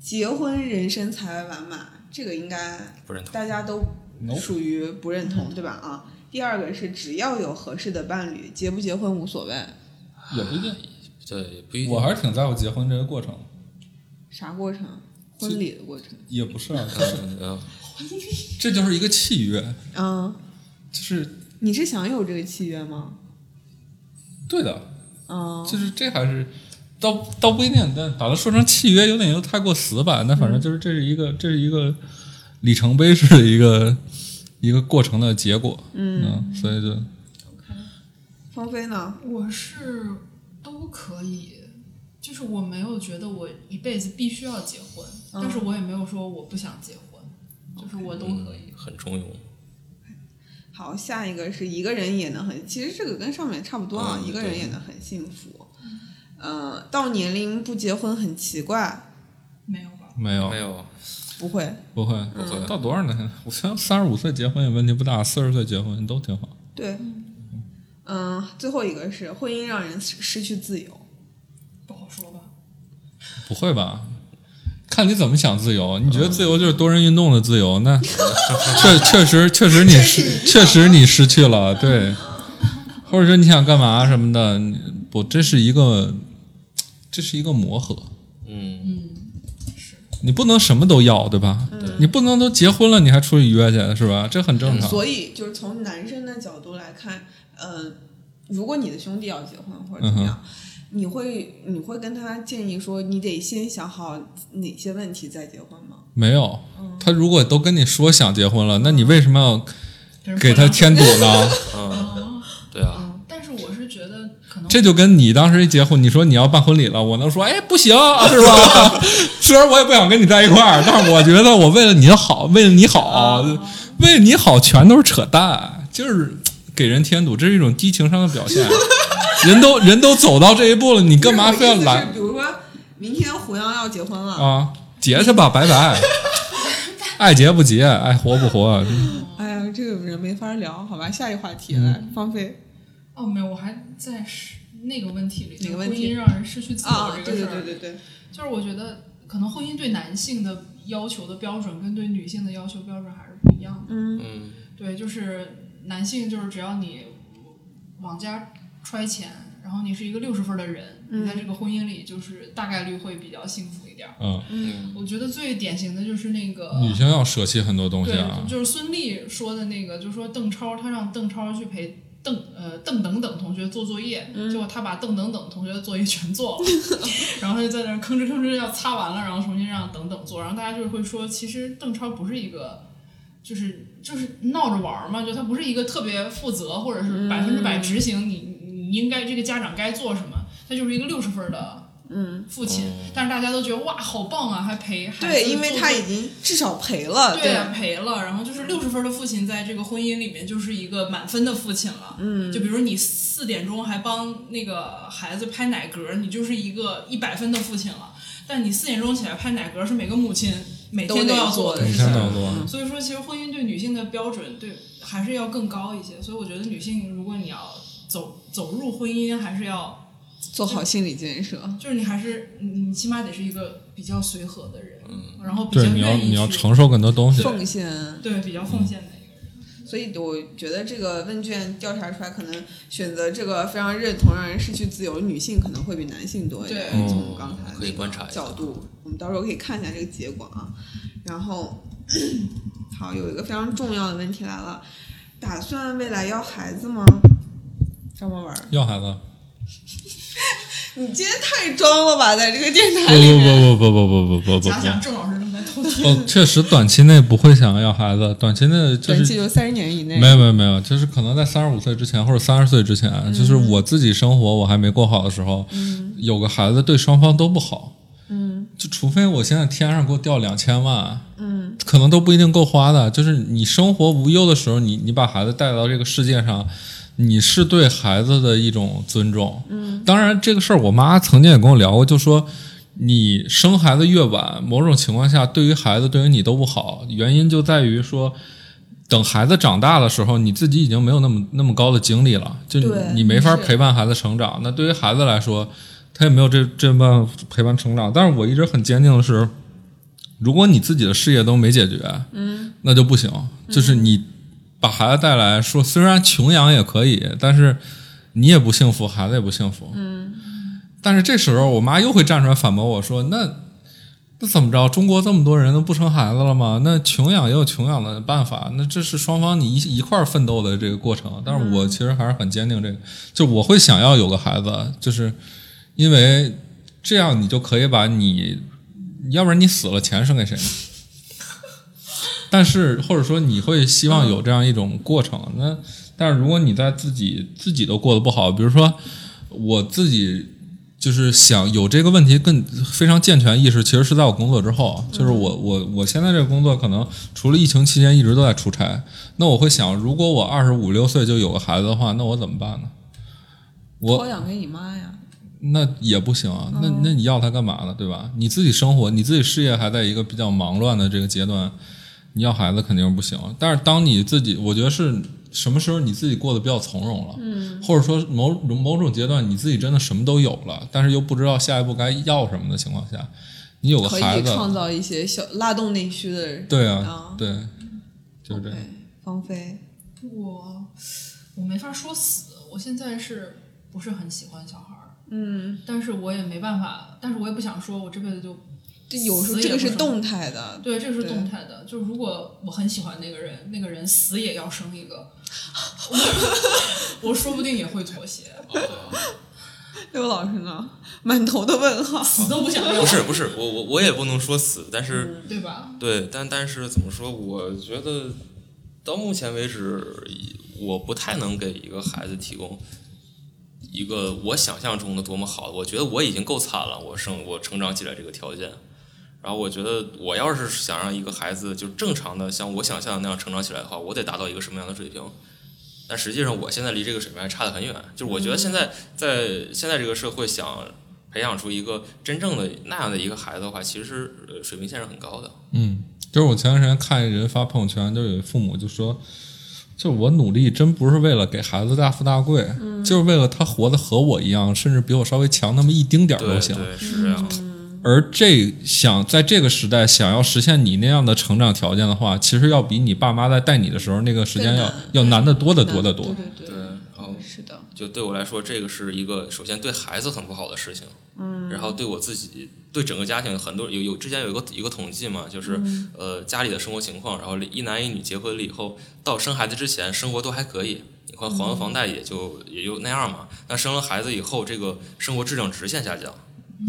Speaker 3: 结婚人生才完满，这个应该
Speaker 1: 不认同
Speaker 3: 大家都
Speaker 2: No
Speaker 3: 属于不认同，对吧？啊，第二个是只要有合适的伴侣，结不结婚无所谓，
Speaker 2: 也不一定。
Speaker 1: 对，也不一定。
Speaker 2: 我还是挺在乎结婚这个过程，
Speaker 3: 啥过程？婚礼的过程，
Speaker 2: 也不是啊，
Speaker 1: 嗯嗯
Speaker 2: 这就是一个契约，
Speaker 3: 嗯，
Speaker 2: 就是
Speaker 3: 你是享有这个契约吗？
Speaker 2: 对的，
Speaker 3: 嗯，
Speaker 2: 就是这还是倒倒不一定，但把它说成契约有点又太过死板。但反正就是这是一个、这是一个里程碑式的一个一个过程的结果。嗯，所以就
Speaker 3: 芳菲呢？
Speaker 5: 我是都可以，就是我没有觉得我一辈子必须要结婚，
Speaker 3: 嗯
Speaker 5: 但是我也没有说我不想结婚，就是我都可以。
Speaker 1: 嗯，很中庸。
Speaker 2: 哦
Speaker 3: 好，下一个是一个人也能很，其实这个跟上面差不多啊，
Speaker 1: 嗯
Speaker 3: 一个人也能很幸福。呃，到年龄不结婚很奇怪，
Speaker 5: 没有吧？
Speaker 2: 没有
Speaker 1: 没有，
Speaker 3: 不会，
Speaker 2: 不会
Speaker 1: 不会
Speaker 2: 到多少年？我想三十五岁结婚也问题不大，四十岁结婚都挺好。
Speaker 3: 对，嗯、最后一个是婚姻让人失失去自由，
Speaker 5: 不好说吧。
Speaker 2: 不会吧？看你怎么想自由，你觉得自由就是多人运动的自由？ 那确确实确实你失确实你失去了，对，或者说你想干嘛什么的，你不，这是一个这是一个磨合，
Speaker 1: 嗯，
Speaker 2: 你不能什么都要，对吧？你不能都结婚了你还出去约去，是吧？这嗯很正常。
Speaker 3: 所以就是从男生的角度来看，呃，如果你的兄弟要结婚或者怎么
Speaker 2: 嗯
Speaker 3: 样，你会你会跟他建议说，你得先想好哪些问题再结婚吗？
Speaker 2: 没有，他如果都跟你说想结婚了，那你为什么要
Speaker 5: 给人
Speaker 2: 给他
Speaker 5: 不良
Speaker 2: 添堵呢？
Speaker 1: 嗯
Speaker 5: 啊
Speaker 1: 对啊，
Speaker 5: 但是我是觉得可能
Speaker 2: 这就跟你当时一结婚，你说你要办婚礼了，我能说哎不行是吧？ 虽然我也不想跟你在一块儿，但是我觉得我为了你好，为了你好，为了你好，全都是扯淡，就是给人添堵，这是一种低情商的表现。人都人都走到这一步了，你干嘛非要
Speaker 3: 不是我的意思
Speaker 2: 拦
Speaker 3: 是比如说明天胡杨要结婚了，
Speaker 2: 啊？结去吧，拜拜。爱结不结，爱活不活，
Speaker 3: 哎呀，这个人没法聊，好吧，下一话
Speaker 1: 嗯
Speaker 3: 题来，芳菲
Speaker 5: 哦，没有，我还在是那个问题里，
Speaker 3: 哪个问题
Speaker 5: 婚姻让人失去自
Speaker 3: 啊
Speaker 5: 我，这
Speaker 3: 对对
Speaker 5: 个事儿，
Speaker 3: 对对对，
Speaker 5: 就是我觉得可能婚姻对男性的要求的标准跟对女性的要求标准还是不一样的。
Speaker 3: 嗯
Speaker 1: 嗯，
Speaker 5: 对，就是男性就是只要你往家揣钱，然后你是一个六十分的人，
Speaker 3: 嗯
Speaker 5: 你在这个婚姻里就是大概率会比较幸福一点儿。
Speaker 2: 嗯，
Speaker 3: 嗯
Speaker 5: 我觉得最典型的就是那个
Speaker 2: 女性要舍弃很多东西
Speaker 5: 对
Speaker 2: 啊，，
Speaker 5: 就是孙俪说的那个，就说邓超，他让邓超去陪邓呃邓等等同学做作业，
Speaker 3: 嗯
Speaker 5: 结果他把邓等等同学的作业 全做了，然后他就在那儿吭哧吭哧要擦完了，然后重新让等等做，然后大家就会说，其实邓超不是一个。就是就是闹着玩儿嘛，就他不是一个特别负责或者是百分
Speaker 3: 嗯
Speaker 5: 之百执行你、你应该这个家长该做什么，他就是一个六十分的
Speaker 3: 嗯，
Speaker 5: 父亲，
Speaker 2: 哦
Speaker 5: 但是大家都觉得哇好棒啊，还陪孩子
Speaker 3: 对，因为
Speaker 5: 做
Speaker 3: 他
Speaker 5: 作业
Speaker 3: 已经啊至少赔了，
Speaker 5: 对呀，赔了。然后就是六十分的父亲，在这个婚姻里面就是一个满分的父亲了。嗯，就比如你四点钟还帮那个孩子拍奶嗝，你就是一个一百分的父亲了。但你四点钟起来拍奶嗝是每个母亲每天
Speaker 3: 都得
Speaker 5: 要
Speaker 3: 做
Speaker 5: 做
Speaker 3: 的
Speaker 5: 的
Speaker 2: 每
Speaker 5: 事
Speaker 2: 天
Speaker 5: 情
Speaker 2: 都。要做。
Speaker 5: 所以说，其实婚姻对女性的标准对还是要更高一些。所以我觉得女性，如果你要走走入婚姻，还是要
Speaker 3: 做好心理建设，
Speaker 5: 就是你还是你你起码得是一个比较随和
Speaker 1: 嗯
Speaker 5: 的人，然后比较
Speaker 2: 对，你要
Speaker 5: 愿意
Speaker 2: 你要
Speaker 5: 去
Speaker 2: 承受更多东西。
Speaker 3: 奉献。
Speaker 5: 对比较奉献的一个人。
Speaker 3: 所以我觉得这个问卷调查出来，可能选择这个非常认同让人失去自由的女性可能会比男性多一点。
Speaker 5: 对
Speaker 3: 从刚才
Speaker 1: 哦可以观察一下
Speaker 3: 角度，我们到时候可以看一下这个结果啊。然后，好，有一个非常重要的问题来了，打算未来要孩子吗？张博文，
Speaker 2: 要孩子？
Speaker 3: 你今天太装了吧，在这个电
Speaker 2: 不
Speaker 3: 台里
Speaker 2: 不
Speaker 3: 面。
Speaker 2: 不不不不不不不不
Speaker 5: 假想郑老师正在偷听。
Speaker 2: 哦，确实短期内不会想要孩子，短期内就
Speaker 3: 短
Speaker 2: 是。
Speaker 3: 期就三十年以内，
Speaker 2: 没有没有没有，就是可能在三十五岁之前或者三十岁之前，就是我自己生活我还没过好的时候，有个孩子对双方都不好。嗯，就除非我现在天上给我掉两千万，嗯，可能都不一定够花的。就是你生活无忧的时候，你你把孩子带到这个世界上，你是对孩子的一种尊重。嗯，当然这个事儿，我妈曾经也跟我聊过，就说。你生孩子越晚，某种情况下对于孩子、对于你都不好，原因就在于说，等孩子长大的时候，你自己已经没有那么那么高的精力了，就
Speaker 3: 对
Speaker 2: 你没法
Speaker 3: 是
Speaker 2: 陪伴孩子成长。那对于孩子来说，他也没有这这么陪伴成长。但是我一直很坚定的是，如果你自己的事业都没解决，嗯，那就不行。就是你把孩子带来说，虽然穷养也可以，但是你也不幸福，孩子也不幸福。嗯，但是这时候我妈又会站出来反驳我说，那。那怎么着？中国这么多人都不生孩子了吗？那穷养也有穷养的办法，那这是双方你一一块儿奋斗的这个过程。但是我其实还是很坚定这个，就我会想要有个孩子，就是因为这样你就可以把你，要不然你死了钱生给谁呢？但是或者说你会希望有这样一种过程，那但是如果你在自己自己都过得不好，比如说我自己就是想有这个问题更非常健全意识，其实是在我工作之后，就是我我我现在这个工作可能除了疫情期间一直都在出差，那我会想，如果我二十五六岁就有个孩子的话，那我怎么办呢？我
Speaker 3: 托养给你妈呀。
Speaker 2: 那也不行啊，
Speaker 3: 嗯
Speaker 2: 那那你要他干嘛呢？对吧？你自己生活，你自己事业还在一个比较忙乱的这个阶段，你要孩子肯定不行。啊但是当你自己，我觉得是什么时候你自己过得比较从容了，嗯，或者说某某种阶段你自己真的什么都有了，但是又不知道下一步该要什么的情况下，你有个
Speaker 3: 可
Speaker 2: 孩
Speaker 3: 以
Speaker 2: 子，
Speaker 3: 创造一些小拉动内需的人。
Speaker 2: 对
Speaker 3: 啊
Speaker 2: 啊，对，就是这样
Speaker 3: OK，。芳菲，
Speaker 5: 我我没法说死，我现在是不是很喜欢小孩儿？
Speaker 3: 嗯，
Speaker 5: 但是我也没办法，但是我也不想说，我这辈子就
Speaker 3: 这有时候
Speaker 5: 死也
Speaker 3: 这个
Speaker 5: 不
Speaker 3: 是
Speaker 5: 生
Speaker 3: 动态的，
Speaker 5: 对，这个是
Speaker 3: 对
Speaker 5: 动态的。就如果我很喜欢那个人，那个人死也要生 一个，我我说不定也会妥协，
Speaker 3: 六哎老师呢，满头的问号。
Speaker 5: 死都不想要，
Speaker 1: 不是不是，我我我也不能说死，但是、
Speaker 5: 对 吧？
Speaker 1: 对，但但是怎么说？我觉得到目前为止，我不太能给一个孩子提供一个我想象中的多么好的。我觉得我已经够惨了，我生我成长起来这个条件。然后我觉得，我要是想让一个孩子就正常的像我想象的那样成长起来的话，我得达到一个什么样的水平？但实际上，我现在离这个水平还差得很远。就是我觉得现在在现在这个社会，想培养出一个真正的那样的一个孩子的话，其实呃水平线是很高的。
Speaker 2: 嗯，就是我前段时间看一人发朋友圈，就有父母就说，就我努力真不是为了给孩子大富大贵，就是为了他活得和我一样，甚至比我稍微强那么一丁点儿
Speaker 1: 对
Speaker 2: 都行。
Speaker 1: 对，是这样。
Speaker 2: 而这想在这个时代想要实现你那样的成长条件的话，其实要比你爸妈在带你的时候那个时间
Speaker 3: 更
Speaker 2: 要
Speaker 3: 难
Speaker 2: 要难得多得多得多。
Speaker 3: 对
Speaker 1: 对，
Speaker 3: 对对，
Speaker 1: 嗯然后
Speaker 3: 是的，
Speaker 1: 就对我来说，这个是一个首先对孩子很不好的事情，嗯，然后对我自己，对整个家庭，很多有有之前有一个有一个统计嘛，就是、呃家里的生活情况，然后一男一女结婚了以后，到生孩子之前生活都还可以，你看还个房贷也就、也就那样嘛，那生了孩子以后，这个生活质量直线下降，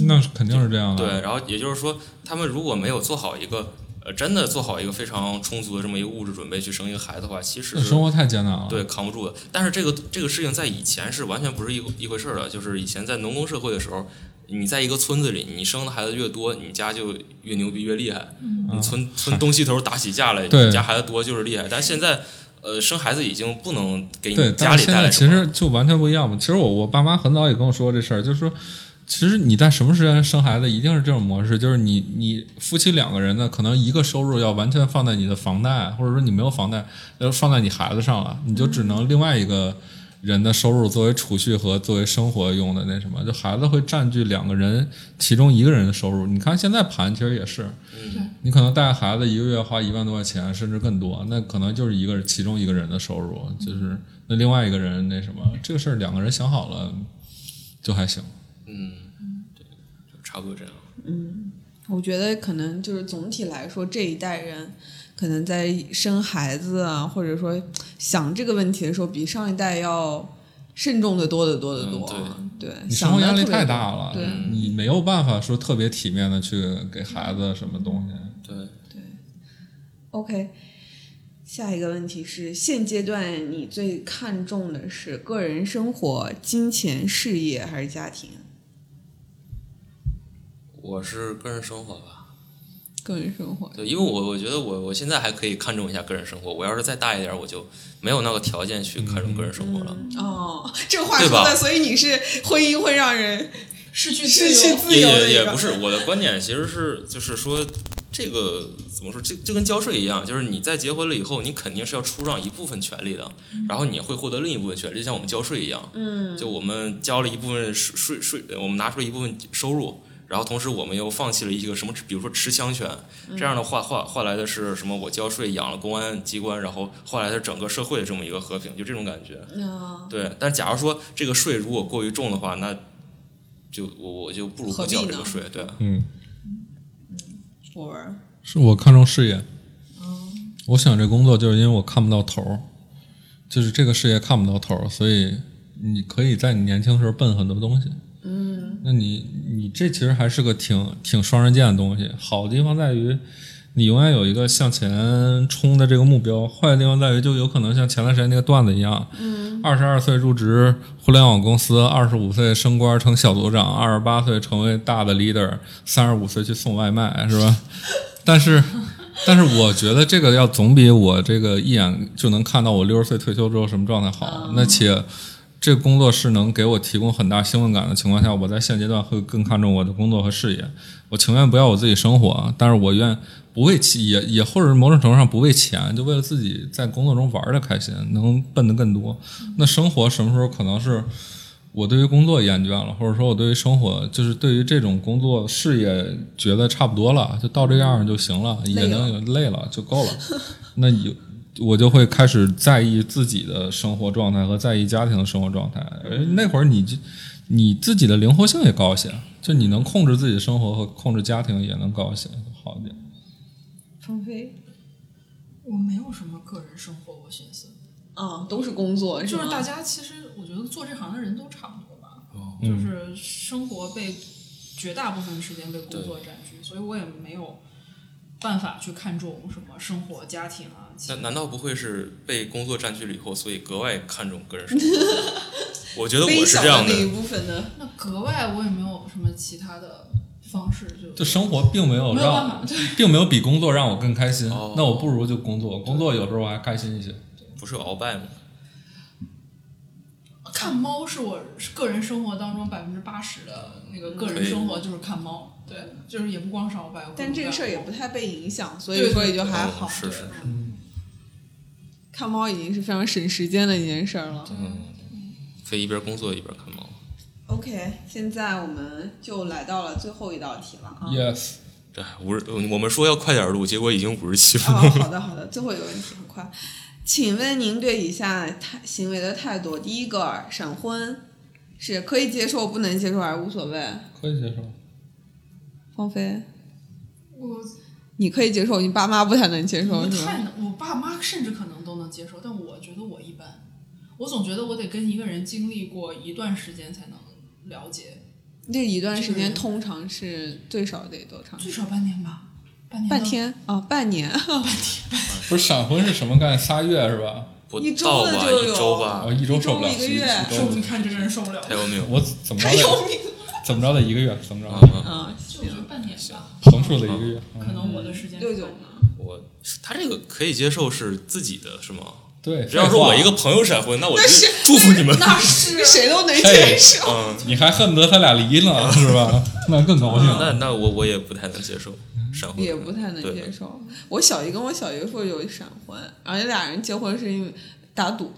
Speaker 2: 那肯定是这样的。
Speaker 1: 对，然后也就是说，他们如果没有做好一个呃真的做好一个非常充足的这么一个物质准备去生一个孩子的话，其实
Speaker 2: 那生活太艰难了。
Speaker 1: 对，扛不住的。但是这个这个事情在以前是完全不是一一回事儿的，就是以前在农耕社会的时候，你在一个村子里，你生的孩子越多，你家就越牛逼越厉害。你村村东西头打起架来，
Speaker 2: 嗯对
Speaker 1: 你家孩子多就是厉害。但现在，呃，生孩子已经不能给
Speaker 2: 对，
Speaker 1: 你家
Speaker 2: 但
Speaker 1: 里
Speaker 2: 是现
Speaker 1: 带
Speaker 2: 在
Speaker 1: 来
Speaker 2: 其
Speaker 1: 什么。
Speaker 2: 实就完全不一样嘛。其实我我爸妈很早也跟我说过这事儿，就是说，其实你在什么时间生孩子，一定是这种模式，就是你你夫妻两个人呢，可能一个收入要完全呃放在你的房贷，或者说你没有房贷，要放在你孩子上了，你就只能另外一个。人的收入作为储蓄和作为生活用的那什么，就孩子会占据两个人其中一个人的收入。你看现在盘其实也是，
Speaker 1: 嗯
Speaker 2: 你可能带孩子一个月花一万多块钱，甚至更多，那可能就是一个其中一个人的收入，就是那另外一个人那什么，这个事儿两个人想好了就还行。
Speaker 1: 嗯就差不多这样。
Speaker 3: 我觉得可能就是总体来说，这一代人可能在生孩子啊，或者说想这个问题的时候，比上一代要慎重的多得多得多。啊
Speaker 1: 嗯
Speaker 3: 对，
Speaker 2: 你生
Speaker 3: 想
Speaker 2: 活
Speaker 3: 得
Speaker 2: 压力
Speaker 3: 特别
Speaker 2: 太
Speaker 3: 多
Speaker 2: 大了，
Speaker 3: 对，
Speaker 2: 你没有办法说特别体面的去给孩子什么东西。
Speaker 1: 对，
Speaker 3: OK，下一个问题是：现阶段你最看重的是个人生活、金钱、事业还是家庭？
Speaker 1: 我是个人生活吧。
Speaker 3: 个人生活，
Speaker 1: 对，因为我我觉得我我现在还可以看重一下个人生活，我要是再大一点儿，我就没有那个条件去看重个人生活了。
Speaker 3: 哦，这话
Speaker 1: 对
Speaker 3: 说的，
Speaker 1: 吧
Speaker 3: 所以你是婚姻会让人
Speaker 5: 失去
Speaker 3: 失
Speaker 5: 自
Speaker 3: 去
Speaker 5: 由
Speaker 3: 自
Speaker 1: 也
Speaker 3: 由的
Speaker 1: 也
Speaker 3: 一
Speaker 1: 也
Speaker 3: 个
Speaker 1: 不是我的观点，其实是就是说，这个怎么说？这就跟交税一样，就是你在结婚了以后，你肯定是要出让一部分权利的，
Speaker 3: 嗯
Speaker 1: 然后你也会获得另一部分权利，就像我们交税一样。嗯，就我们交了一部分税税税，我们拿出了一部分收入，然后同时我们又放弃了一个什么，比如说持枪权，
Speaker 3: 嗯
Speaker 1: 这样的话换换来的是什么？我交税养了公安机关，然后换来的是整个社会的这么一个和平，就这种感觉。
Speaker 3: 啊，
Speaker 1: 对，但假如说这个税如果过于重的话，那就我我就不如不
Speaker 3: 何必
Speaker 1: 交这
Speaker 3: 呢
Speaker 1: 个税，对啊。
Speaker 2: 嗯，
Speaker 3: 我儿
Speaker 2: 是我看重事业。我想这工作就是因为我看不到头儿，就是这个事业看不到头儿，所以你可以在你年轻的时候笨很多东西。嗯，那你你这其实还是个挺挺双刃剑的东西。好的地方在于，你永远有一个向前冲的这个目标；坏的地方在于，就有可能像前段时间那个段子一样，二十二岁入职互联网公司，二十五岁升官成小组长，二十八岁成为大的 leader，三十五岁去送外卖，是吧？但是， 但是我觉得这个要总比我这个一眼就能看到我六十岁退休之后什么状态好。那且，这个工作是能给我提供很大兴奋感的情况下，我在现阶段会更看重我的工作和事业。我情愿不要我自己生活，啊但是我愿不为钱，也也或者某种程度上不为钱，就为了自己在工作中玩的开心，能奔得更多。那生活什么时候可能是？我对于工作厌倦了，或者说我对于生活，就是对于这种工作事业觉得差不多了，就到这样就行了，也能有累了就 够了。那有我就会开始在意自己的生活状态和在意家庭的生活状态。而那会儿你就你自己的灵活性也高一些，就你能控制自己的生活和控制家庭也能高一些，好一点。
Speaker 3: 鹏飞
Speaker 5: 我没有什么个人生活，我寻思，
Speaker 3: 啊，都是工作，
Speaker 5: 就是
Speaker 3: 吗
Speaker 5: 大家其实我觉得做这行的人都差不多吧，
Speaker 1: 嗯
Speaker 5: 就是生活被绝大部分时间被工作占据，所以我也没有办法去看重什么生活、家庭啊。其
Speaker 1: 那
Speaker 5: 实
Speaker 1: 难道不会是被工作占据了以后，所以格外看重个人生活？ 我觉得
Speaker 3: 微
Speaker 1: 我是
Speaker 3: 小
Speaker 1: 这样
Speaker 3: 那一
Speaker 1: 的，
Speaker 3: 部分的，
Speaker 5: 那格外我也没有什么其他的方式就
Speaker 2: 就生活并没有
Speaker 5: 没有办法
Speaker 2: 让，并没有比工作让我更开心。
Speaker 1: 哦
Speaker 2: 那我不如就工作，工作有时候还开心一些。
Speaker 1: 不是有鳌拜吗？
Speaker 5: 看猫是我个人生活当中百分之八十的那个个人生活就是看猫，对，就是也不光是鳌拜，
Speaker 3: 但这个事儿也不太被影响，所以
Speaker 5: 对
Speaker 3: 说
Speaker 5: 对
Speaker 3: 也就还好。
Speaker 1: 嗯是是是，
Speaker 3: 看猫已经是非常省时间的一件事儿了。
Speaker 1: 嗯可以一边工作一边看猫。
Speaker 3: OK，现在我们就来到了最后一道题
Speaker 1: 哦
Speaker 3: 了啊。
Speaker 2: Yes，
Speaker 1: 对，五十，我们说要快点录，结果已经五十七分
Speaker 3: 哦，
Speaker 1: 钟了。
Speaker 3: 好的好的，最后一个问题很快，请问您对以下态行为的态度：第一个，闪婚是可以接受，不能接受还是无所谓？
Speaker 2: 可以接受。
Speaker 3: 芳菲，
Speaker 5: 我
Speaker 3: 你可以接受，你爸妈不太能接受
Speaker 5: 我
Speaker 3: 是
Speaker 5: 太
Speaker 3: 吧？
Speaker 5: 能，我爸妈甚至可能都能接受，但我觉得我一般。我总觉得我得跟一个人经历过一段时间才能了解，
Speaker 3: 这一段时间
Speaker 5: 是
Speaker 3: 通常是最少得多长？
Speaker 5: 最少半年吧，半年。
Speaker 3: 半。天啊、半年，
Speaker 2: 不是闪婚是什么概念？仨月是吧？
Speaker 1: 不
Speaker 3: 一周
Speaker 1: 到
Speaker 3: 的
Speaker 1: 吧，
Speaker 3: 就
Speaker 1: 一
Speaker 3: 有
Speaker 1: 周吧
Speaker 2: 哦，，一周
Speaker 3: 一
Speaker 2: 受不了，
Speaker 3: 周一个
Speaker 2: 一
Speaker 3: 月
Speaker 2: 周
Speaker 5: 受不了，你看这个人受不了。
Speaker 1: 太有 命了。
Speaker 2: 我怎么着
Speaker 3: 有
Speaker 2: 得
Speaker 3: 命
Speaker 2: 怎么着得一个月，怎么
Speaker 1: 啊
Speaker 2: 着
Speaker 1: 啊，
Speaker 3: 啊！
Speaker 5: 就我觉得半年吧，
Speaker 2: 横竖得一个月。
Speaker 5: 可能我的时间
Speaker 3: 六九
Speaker 5: 半年
Speaker 3: 呢？
Speaker 1: 我他这个可以接受是自己的是吗？
Speaker 2: 对，
Speaker 1: 要是
Speaker 2: 废话
Speaker 1: 我一个朋友闪婚，那我就
Speaker 3: 那是
Speaker 1: 祝福你们。
Speaker 3: 那是啊哦谁都能接
Speaker 2: 嘿
Speaker 3: 受。
Speaker 1: 嗯，
Speaker 2: 你还恨不得他俩离呢，是吧？那更高兴
Speaker 1: 那
Speaker 2: 了。
Speaker 1: 那我我也不太能接受闪婚，
Speaker 3: 也不太能
Speaker 1: 对
Speaker 3: 接受。我小姨跟我小姨夫有闪婚，而且俩人结婚是因为打赌，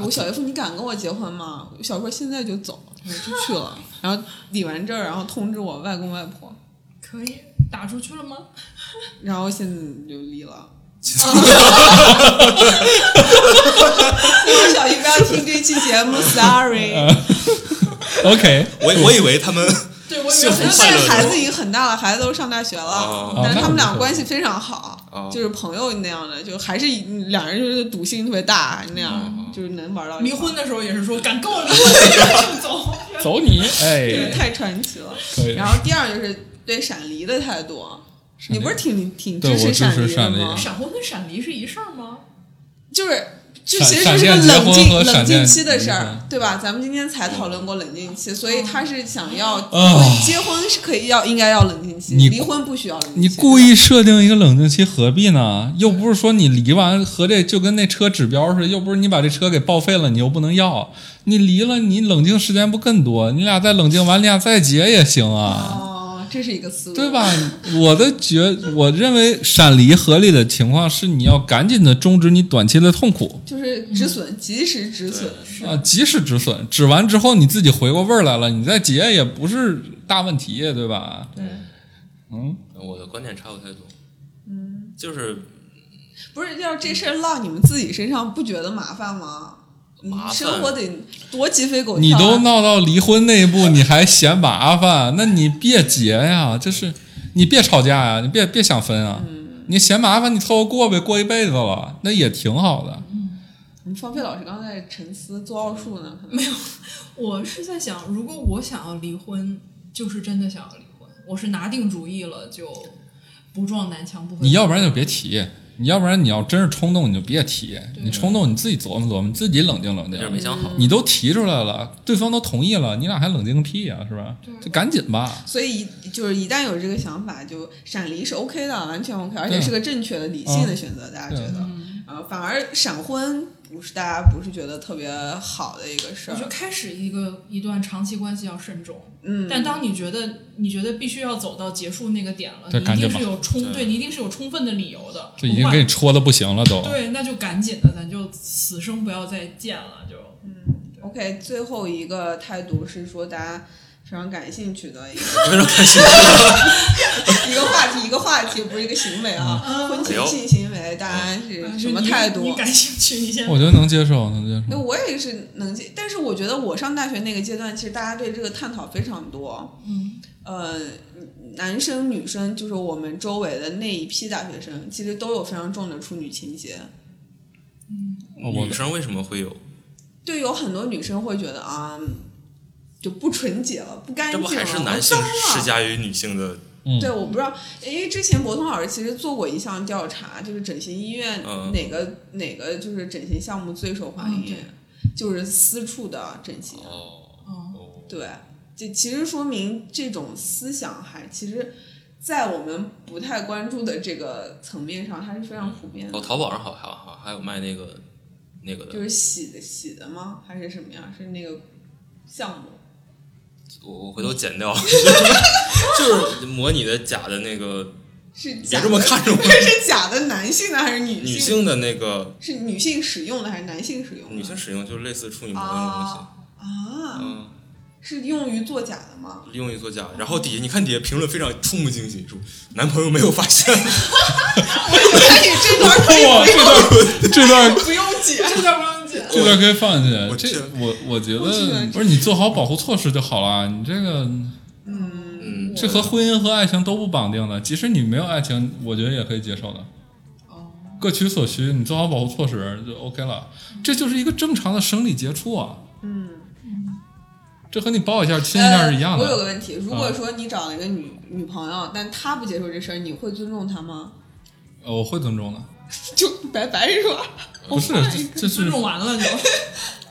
Speaker 3: 我小姨夫，你敢跟我结婚吗？我小姨夫现在就走，我就去了，然后领完证儿，然后通知我外公外婆，
Speaker 5: 可以打出去了吗？
Speaker 3: 然后现在就 离了。啊我小姨不要听这期节目，sorry。
Speaker 2: 嗯 OK，
Speaker 1: 我我以为他们
Speaker 5: 对，我以
Speaker 1: 幸
Speaker 5: 为
Speaker 1: 福
Speaker 5: 很
Speaker 1: 快乐的
Speaker 3: 但
Speaker 5: 快乐
Speaker 3: 是孩子已经很大了，孩子都上大学了
Speaker 1: 哦，
Speaker 3: 但是他们
Speaker 2: 那
Speaker 3: 俩
Speaker 2: 不错
Speaker 3: 关系非常好
Speaker 1: 哦，
Speaker 3: 就是朋友那样的，就还是嗯两人就是赌性特别大那
Speaker 2: 哦
Speaker 3: 样，就是能玩到一
Speaker 5: 离
Speaker 3: 块儿
Speaker 5: 婚，的时候也是说敢跟我离 婚就走，
Speaker 2: 走你，
Speaker 3: 这个
Speaker 2: 哎，
Speaker 3: 太传奇了。
Speaker 2: 可以。
Speaker 3: 然后第二就是对闪离的态度，
Speaker 2: 离
Speaker 3: 你不是挺挺
Speaker 2: 对我
Speaker 3: 持
Speaker 2: 支持
Speaker 3: 离的
Speaker 2: 闪离
Speaker 3: 吗？
Speaker 5: 闪婚跟闪离是一事儿吗？
Speaker 3: 就是。就
Speaker 2: 闪
Speaker 3: 其实就是个
Speaker 2: 闪电结
Speaker 3: 冷
Speaker 2: 婚
Speaker 3: 静
Speaker 2: 和
Speaker 3: 冷
Speaker 2: 闪
Speaker 3: 静
Speaker 2: 电
Speaker 3: 期的
Speaker 2: 离
Speaker 3: 事儿
Speaker 2: 婚，
Speaker 3: 对吧？咱们今天才讨论过冷静期，所以他是想要
Speaker 2: 啊
Speaker 3: 结婚是可以要应该要冷静期，
Speaker 2: 你
Speaker 3: 离婚不需要冷静
Speaker 2: 你
Speaker 3: 期。
Speaker 2: 故意设定一个冷静期何必呢？又不是说你离完和这就跟那车指标似的，又不是你把这车给报废了，你又不能要。你离了，你冷静时间不更多？你俩再冷静完，你俩再结也行啊，
Speaker 3: 哦，这是一个思路，
Speaker 2: 对吧？我的觉，我认为闪离合理的情况是你要赶紧的终止你短期的痛苦
Speaker 3: 就是止损，
Speaker 2: 嗯
Speaker 3: 及时止损。
Speaker 2: 啊，及时止损，止完之后你自己回过味儿来了，你再结也不是大问题，对吧？
Speaker 5: 对，
Speaker 2: 嗯，
Speaker 1: 我的观点差不太多。嗯，就是
Speaker 3: 不是要这事儿落你们自己身上，不觉得麻烦吗？
Speaker 1: 麻烦
Speaker 3: 生活得多鸡飞狗跳啊。
Speaker 2: 你都闹到离婚那一步，你还嫌麻烦？那你别结呀，就是你别吵架呀，你别别想分啊。你嫌麻烦，你凑合过呗，过一辈子了，那也挺好的。
Speaker 3: 你方飞老师刚才沉思做奥数呢，没有
Speaker 5: 我是在想，如果我想要离婚，就是真的想要离婚，我是拿定主意了，就不撞南墙不回头。
Speaker 2: 你要不然就别提，你要不然你要真是冲动，你就别提。你冲动，你自己琢磨琢磨，你自己冷静冷静
Speaker 1: 就是。没想好，
Speaker 2: 你都提出来了，对方都同意了，你俩还冷静个屁呀、是吧？就赶紧吧。
Speaker 3: 所以一就是一旦有这个想法，就闪离是 OK 的，完全 OK，而且
Speaker 2: 对
Speaker 3: 是个正确的、理性的选择。大家觉得，啊，反而闪婚不是大家不是觉得特别好的一个事
Speaker 5: 我觉得
Speaker 3: 儿。
Speaker 5: 开始一个一段长期关系要慎重，
Speaker 3: 嗯，
Speaker 5: 但当你觉得你觉得必须要走到结束那个点了，
Speaker 2: 对
Speaker 5: 你一
Speaker 2: 赶紧
Speaker 5: 定是
Speaker 2: 吧
Speaker 5: 有充，
Speaker 1: 对
Speaker 5: 对你一定是有充分的理由的。
Speaker 2: 这已经
Speaker 5: 不
Speaker 2: 给
Speaker 5: 管
Speaker 2: 你戳的不行了都。
Speaker 5: 对，那就赶紧的，咱就此生不要再见了，就
Speaker 3: OK，最后一个态度是说大家非常感兴趣的一个
Speaker 1: 非 常开心。
Speaker 3: 一个话题，一个话题，不是一个行为啊，婚前性行为，大家
Speaker 5: 哎
Speaker 3: 是什么态
Speaker 5: 你
Speaker 3: 度
Speaker 5: 你？感兴趣，你先
Speaker 2: 我觉得能接受，能接受。
Speaker 3: 那我也是能接，但是我觉得我上大学那个阶段，其实大家对这个探讨非常多。
Speaker 5: 嗯，
Speaker 3: 呃，男生女生就是我们周围的那一批大学生，其实都有非常重的处女情节。
Speaker 2: 我
Speaker 1: 女生为什么会有？
Speaker 3: 对，有很多女生会觉得啊，就不纯洁了，不干
Speaker 1: 这
Speaker 3: 净
Speaker 1: 不
Speaker 3: 了，
Speaker 1: 还是男
Speaker 3: 脏
Speaker 1: 性
Speaker 3: 了
Speaker 1: 施加于女性的？
Speaker 2: 嗯
Speaker 3: 对，我不知道，因为之前博通老师其实做过一项调查，就是整形医院
Speaker 1: 嗯
Speaker 3: 哪个、哪个就是整形项目最受欢
Speaker 5: 嗯
Speaker 3: 迎，就是私处的整形。
Speaker 1: 哦，
Speaker 5: 嗯，
Speaker 3: 对，这其实说明这种思想还其实，在我们不太关注的这个层面上，它是非常普遍的。
Speaker 1: 哦，淘宝上好好好还有卖那个那个
Speaker 3: 就
Speaker 1: 的，
Speaker 3: 是洗的洗的吗？还是什么呀？是那个项目？
Speaker 1: 我我回头剪 掉，就是模拟的假的那个，
Speaker 3: 是
Speaker 1: 别
Speaker 3: 假
Speaker 1: 这么
Speaker 3: 的
Speaker 1: 看着我
Speaker 3: 是假的男性的还是女性？
Speaker 1: 女性的那个
Speaker 3: 是女性使用的还是男性使用的？
Speaker 1: 女性使用就是类似处女膜那种东西
Speaker 3: 啊，啊，
Speaker 1: 嗯，
Speaker 3: 是用于作假的吗？
Speaker 1: 用于作假。然后底下你看底下评论非常触目惊心，说男朋友没有发现，
Speaker 3: 哎，这段可以
Speaker 2: 哇，这段这段
Speaker 3: 不用解。
Speaker 5: 这段不用剪。
Speaker 2: 这段可以放进去。
Speaker 1: 我
Speaker 2: 这
Speaker 1: 这
Speaker 2: 我我觉
Speaker 3: 我觉
Speaker 2: 得
Speaker 3: 得
Speaker 2: 不是你做好保护措施就好了。你这个
Speaker 1: 嗯，
Speaker 2: 这和婚姻和爱情都不绑定的，即使你没有爱情，我觉得也可以接受的。
Speaker 3: 哦
Speaker 2: 各取所需，你做好保护措施就 OK 了。这就是一个正常的生理接触啊。嗯，这和你抱一下亲一下是一样
Speaker 3: 呃我有个
Speaker 2: 的。嗯
Speaker 3: 问题，如果说你找了一个女、女朋友，但她不接受这事儿，你会尊重她吗？
Speaker 2: 呃我会尊重的，
Speaker 3: 就拜拜是
Speaker 2: 啊
Speaker 3: 吧？
Speaker 2: 不是，这这
Speaker 5: 尊
Speaker 2: 是
Speaker 5: 重完了就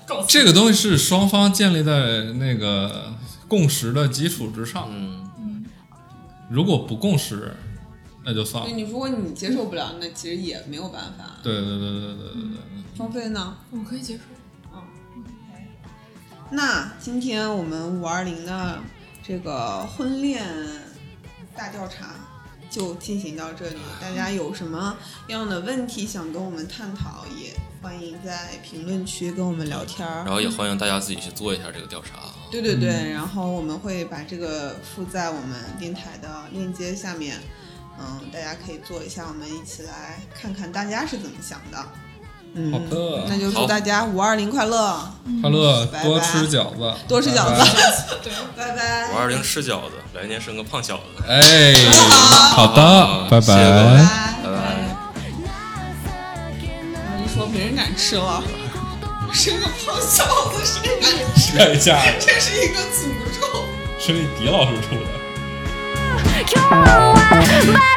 Speaker 5: 告诉
Speaker 2: 这个东西是双方建立在那个共识的基础之上。
Speaker 1: 嗯，
Speaker 2: 如果不共识，那就算
Speaker 3: 就
Speaker 2: 了。
Speaker 3: 你如果你接受不了，那其实也没有办法。
Speaker 2: 对对对对对对对。
Speaker 3: 双飞呢？
Speaker 5: 我可以接受。
Speaker 3: 那今天我们五二零的这个婚恋大调查就进行到这里。大家有什么样的问题想跟我们探讨，也欢迎在评论区跟我们聊天儿
Speaker 1: 然。后也欢迎大家自己去做一下这个调查啊。
Speaker 3: 对对对，然后我们会把这个附在我们电台的链接下面，嗯，大家可以做一下，我们一起来看看大家是怎么想的。嗯，
Speaker 2: 好的
Speaker 3: 那就祝
Speaker 1: 好
Speaker 3: 大家五二零快乐，
Speaker 2: 快乐
Speaker 3: 嗯拜拜
Speaker 2: 多吃饺子，
Speaker 3: 多吃饺
Speaker 2: 拜拜。
Speaker 3: 子，
Speaker 5: 对，
Speaker 3: 拜拜
Speaker 1: 五。二零吃饺子，来年生个胖小子。
Speaker 2: 哎，好的，拜
Speaker 1: 谢谢各
Speaker 2: 拜
Speaker 1: 位。
Speaker 3: 拜拜我一说没人敢吃了，生个胖小子谁敢吃？
Speaker 2: 这一下
Speaker 3: 这是一个诅咒。
Speaker 2: 是那狄老师出的。
Speaker 4: 今日はバラ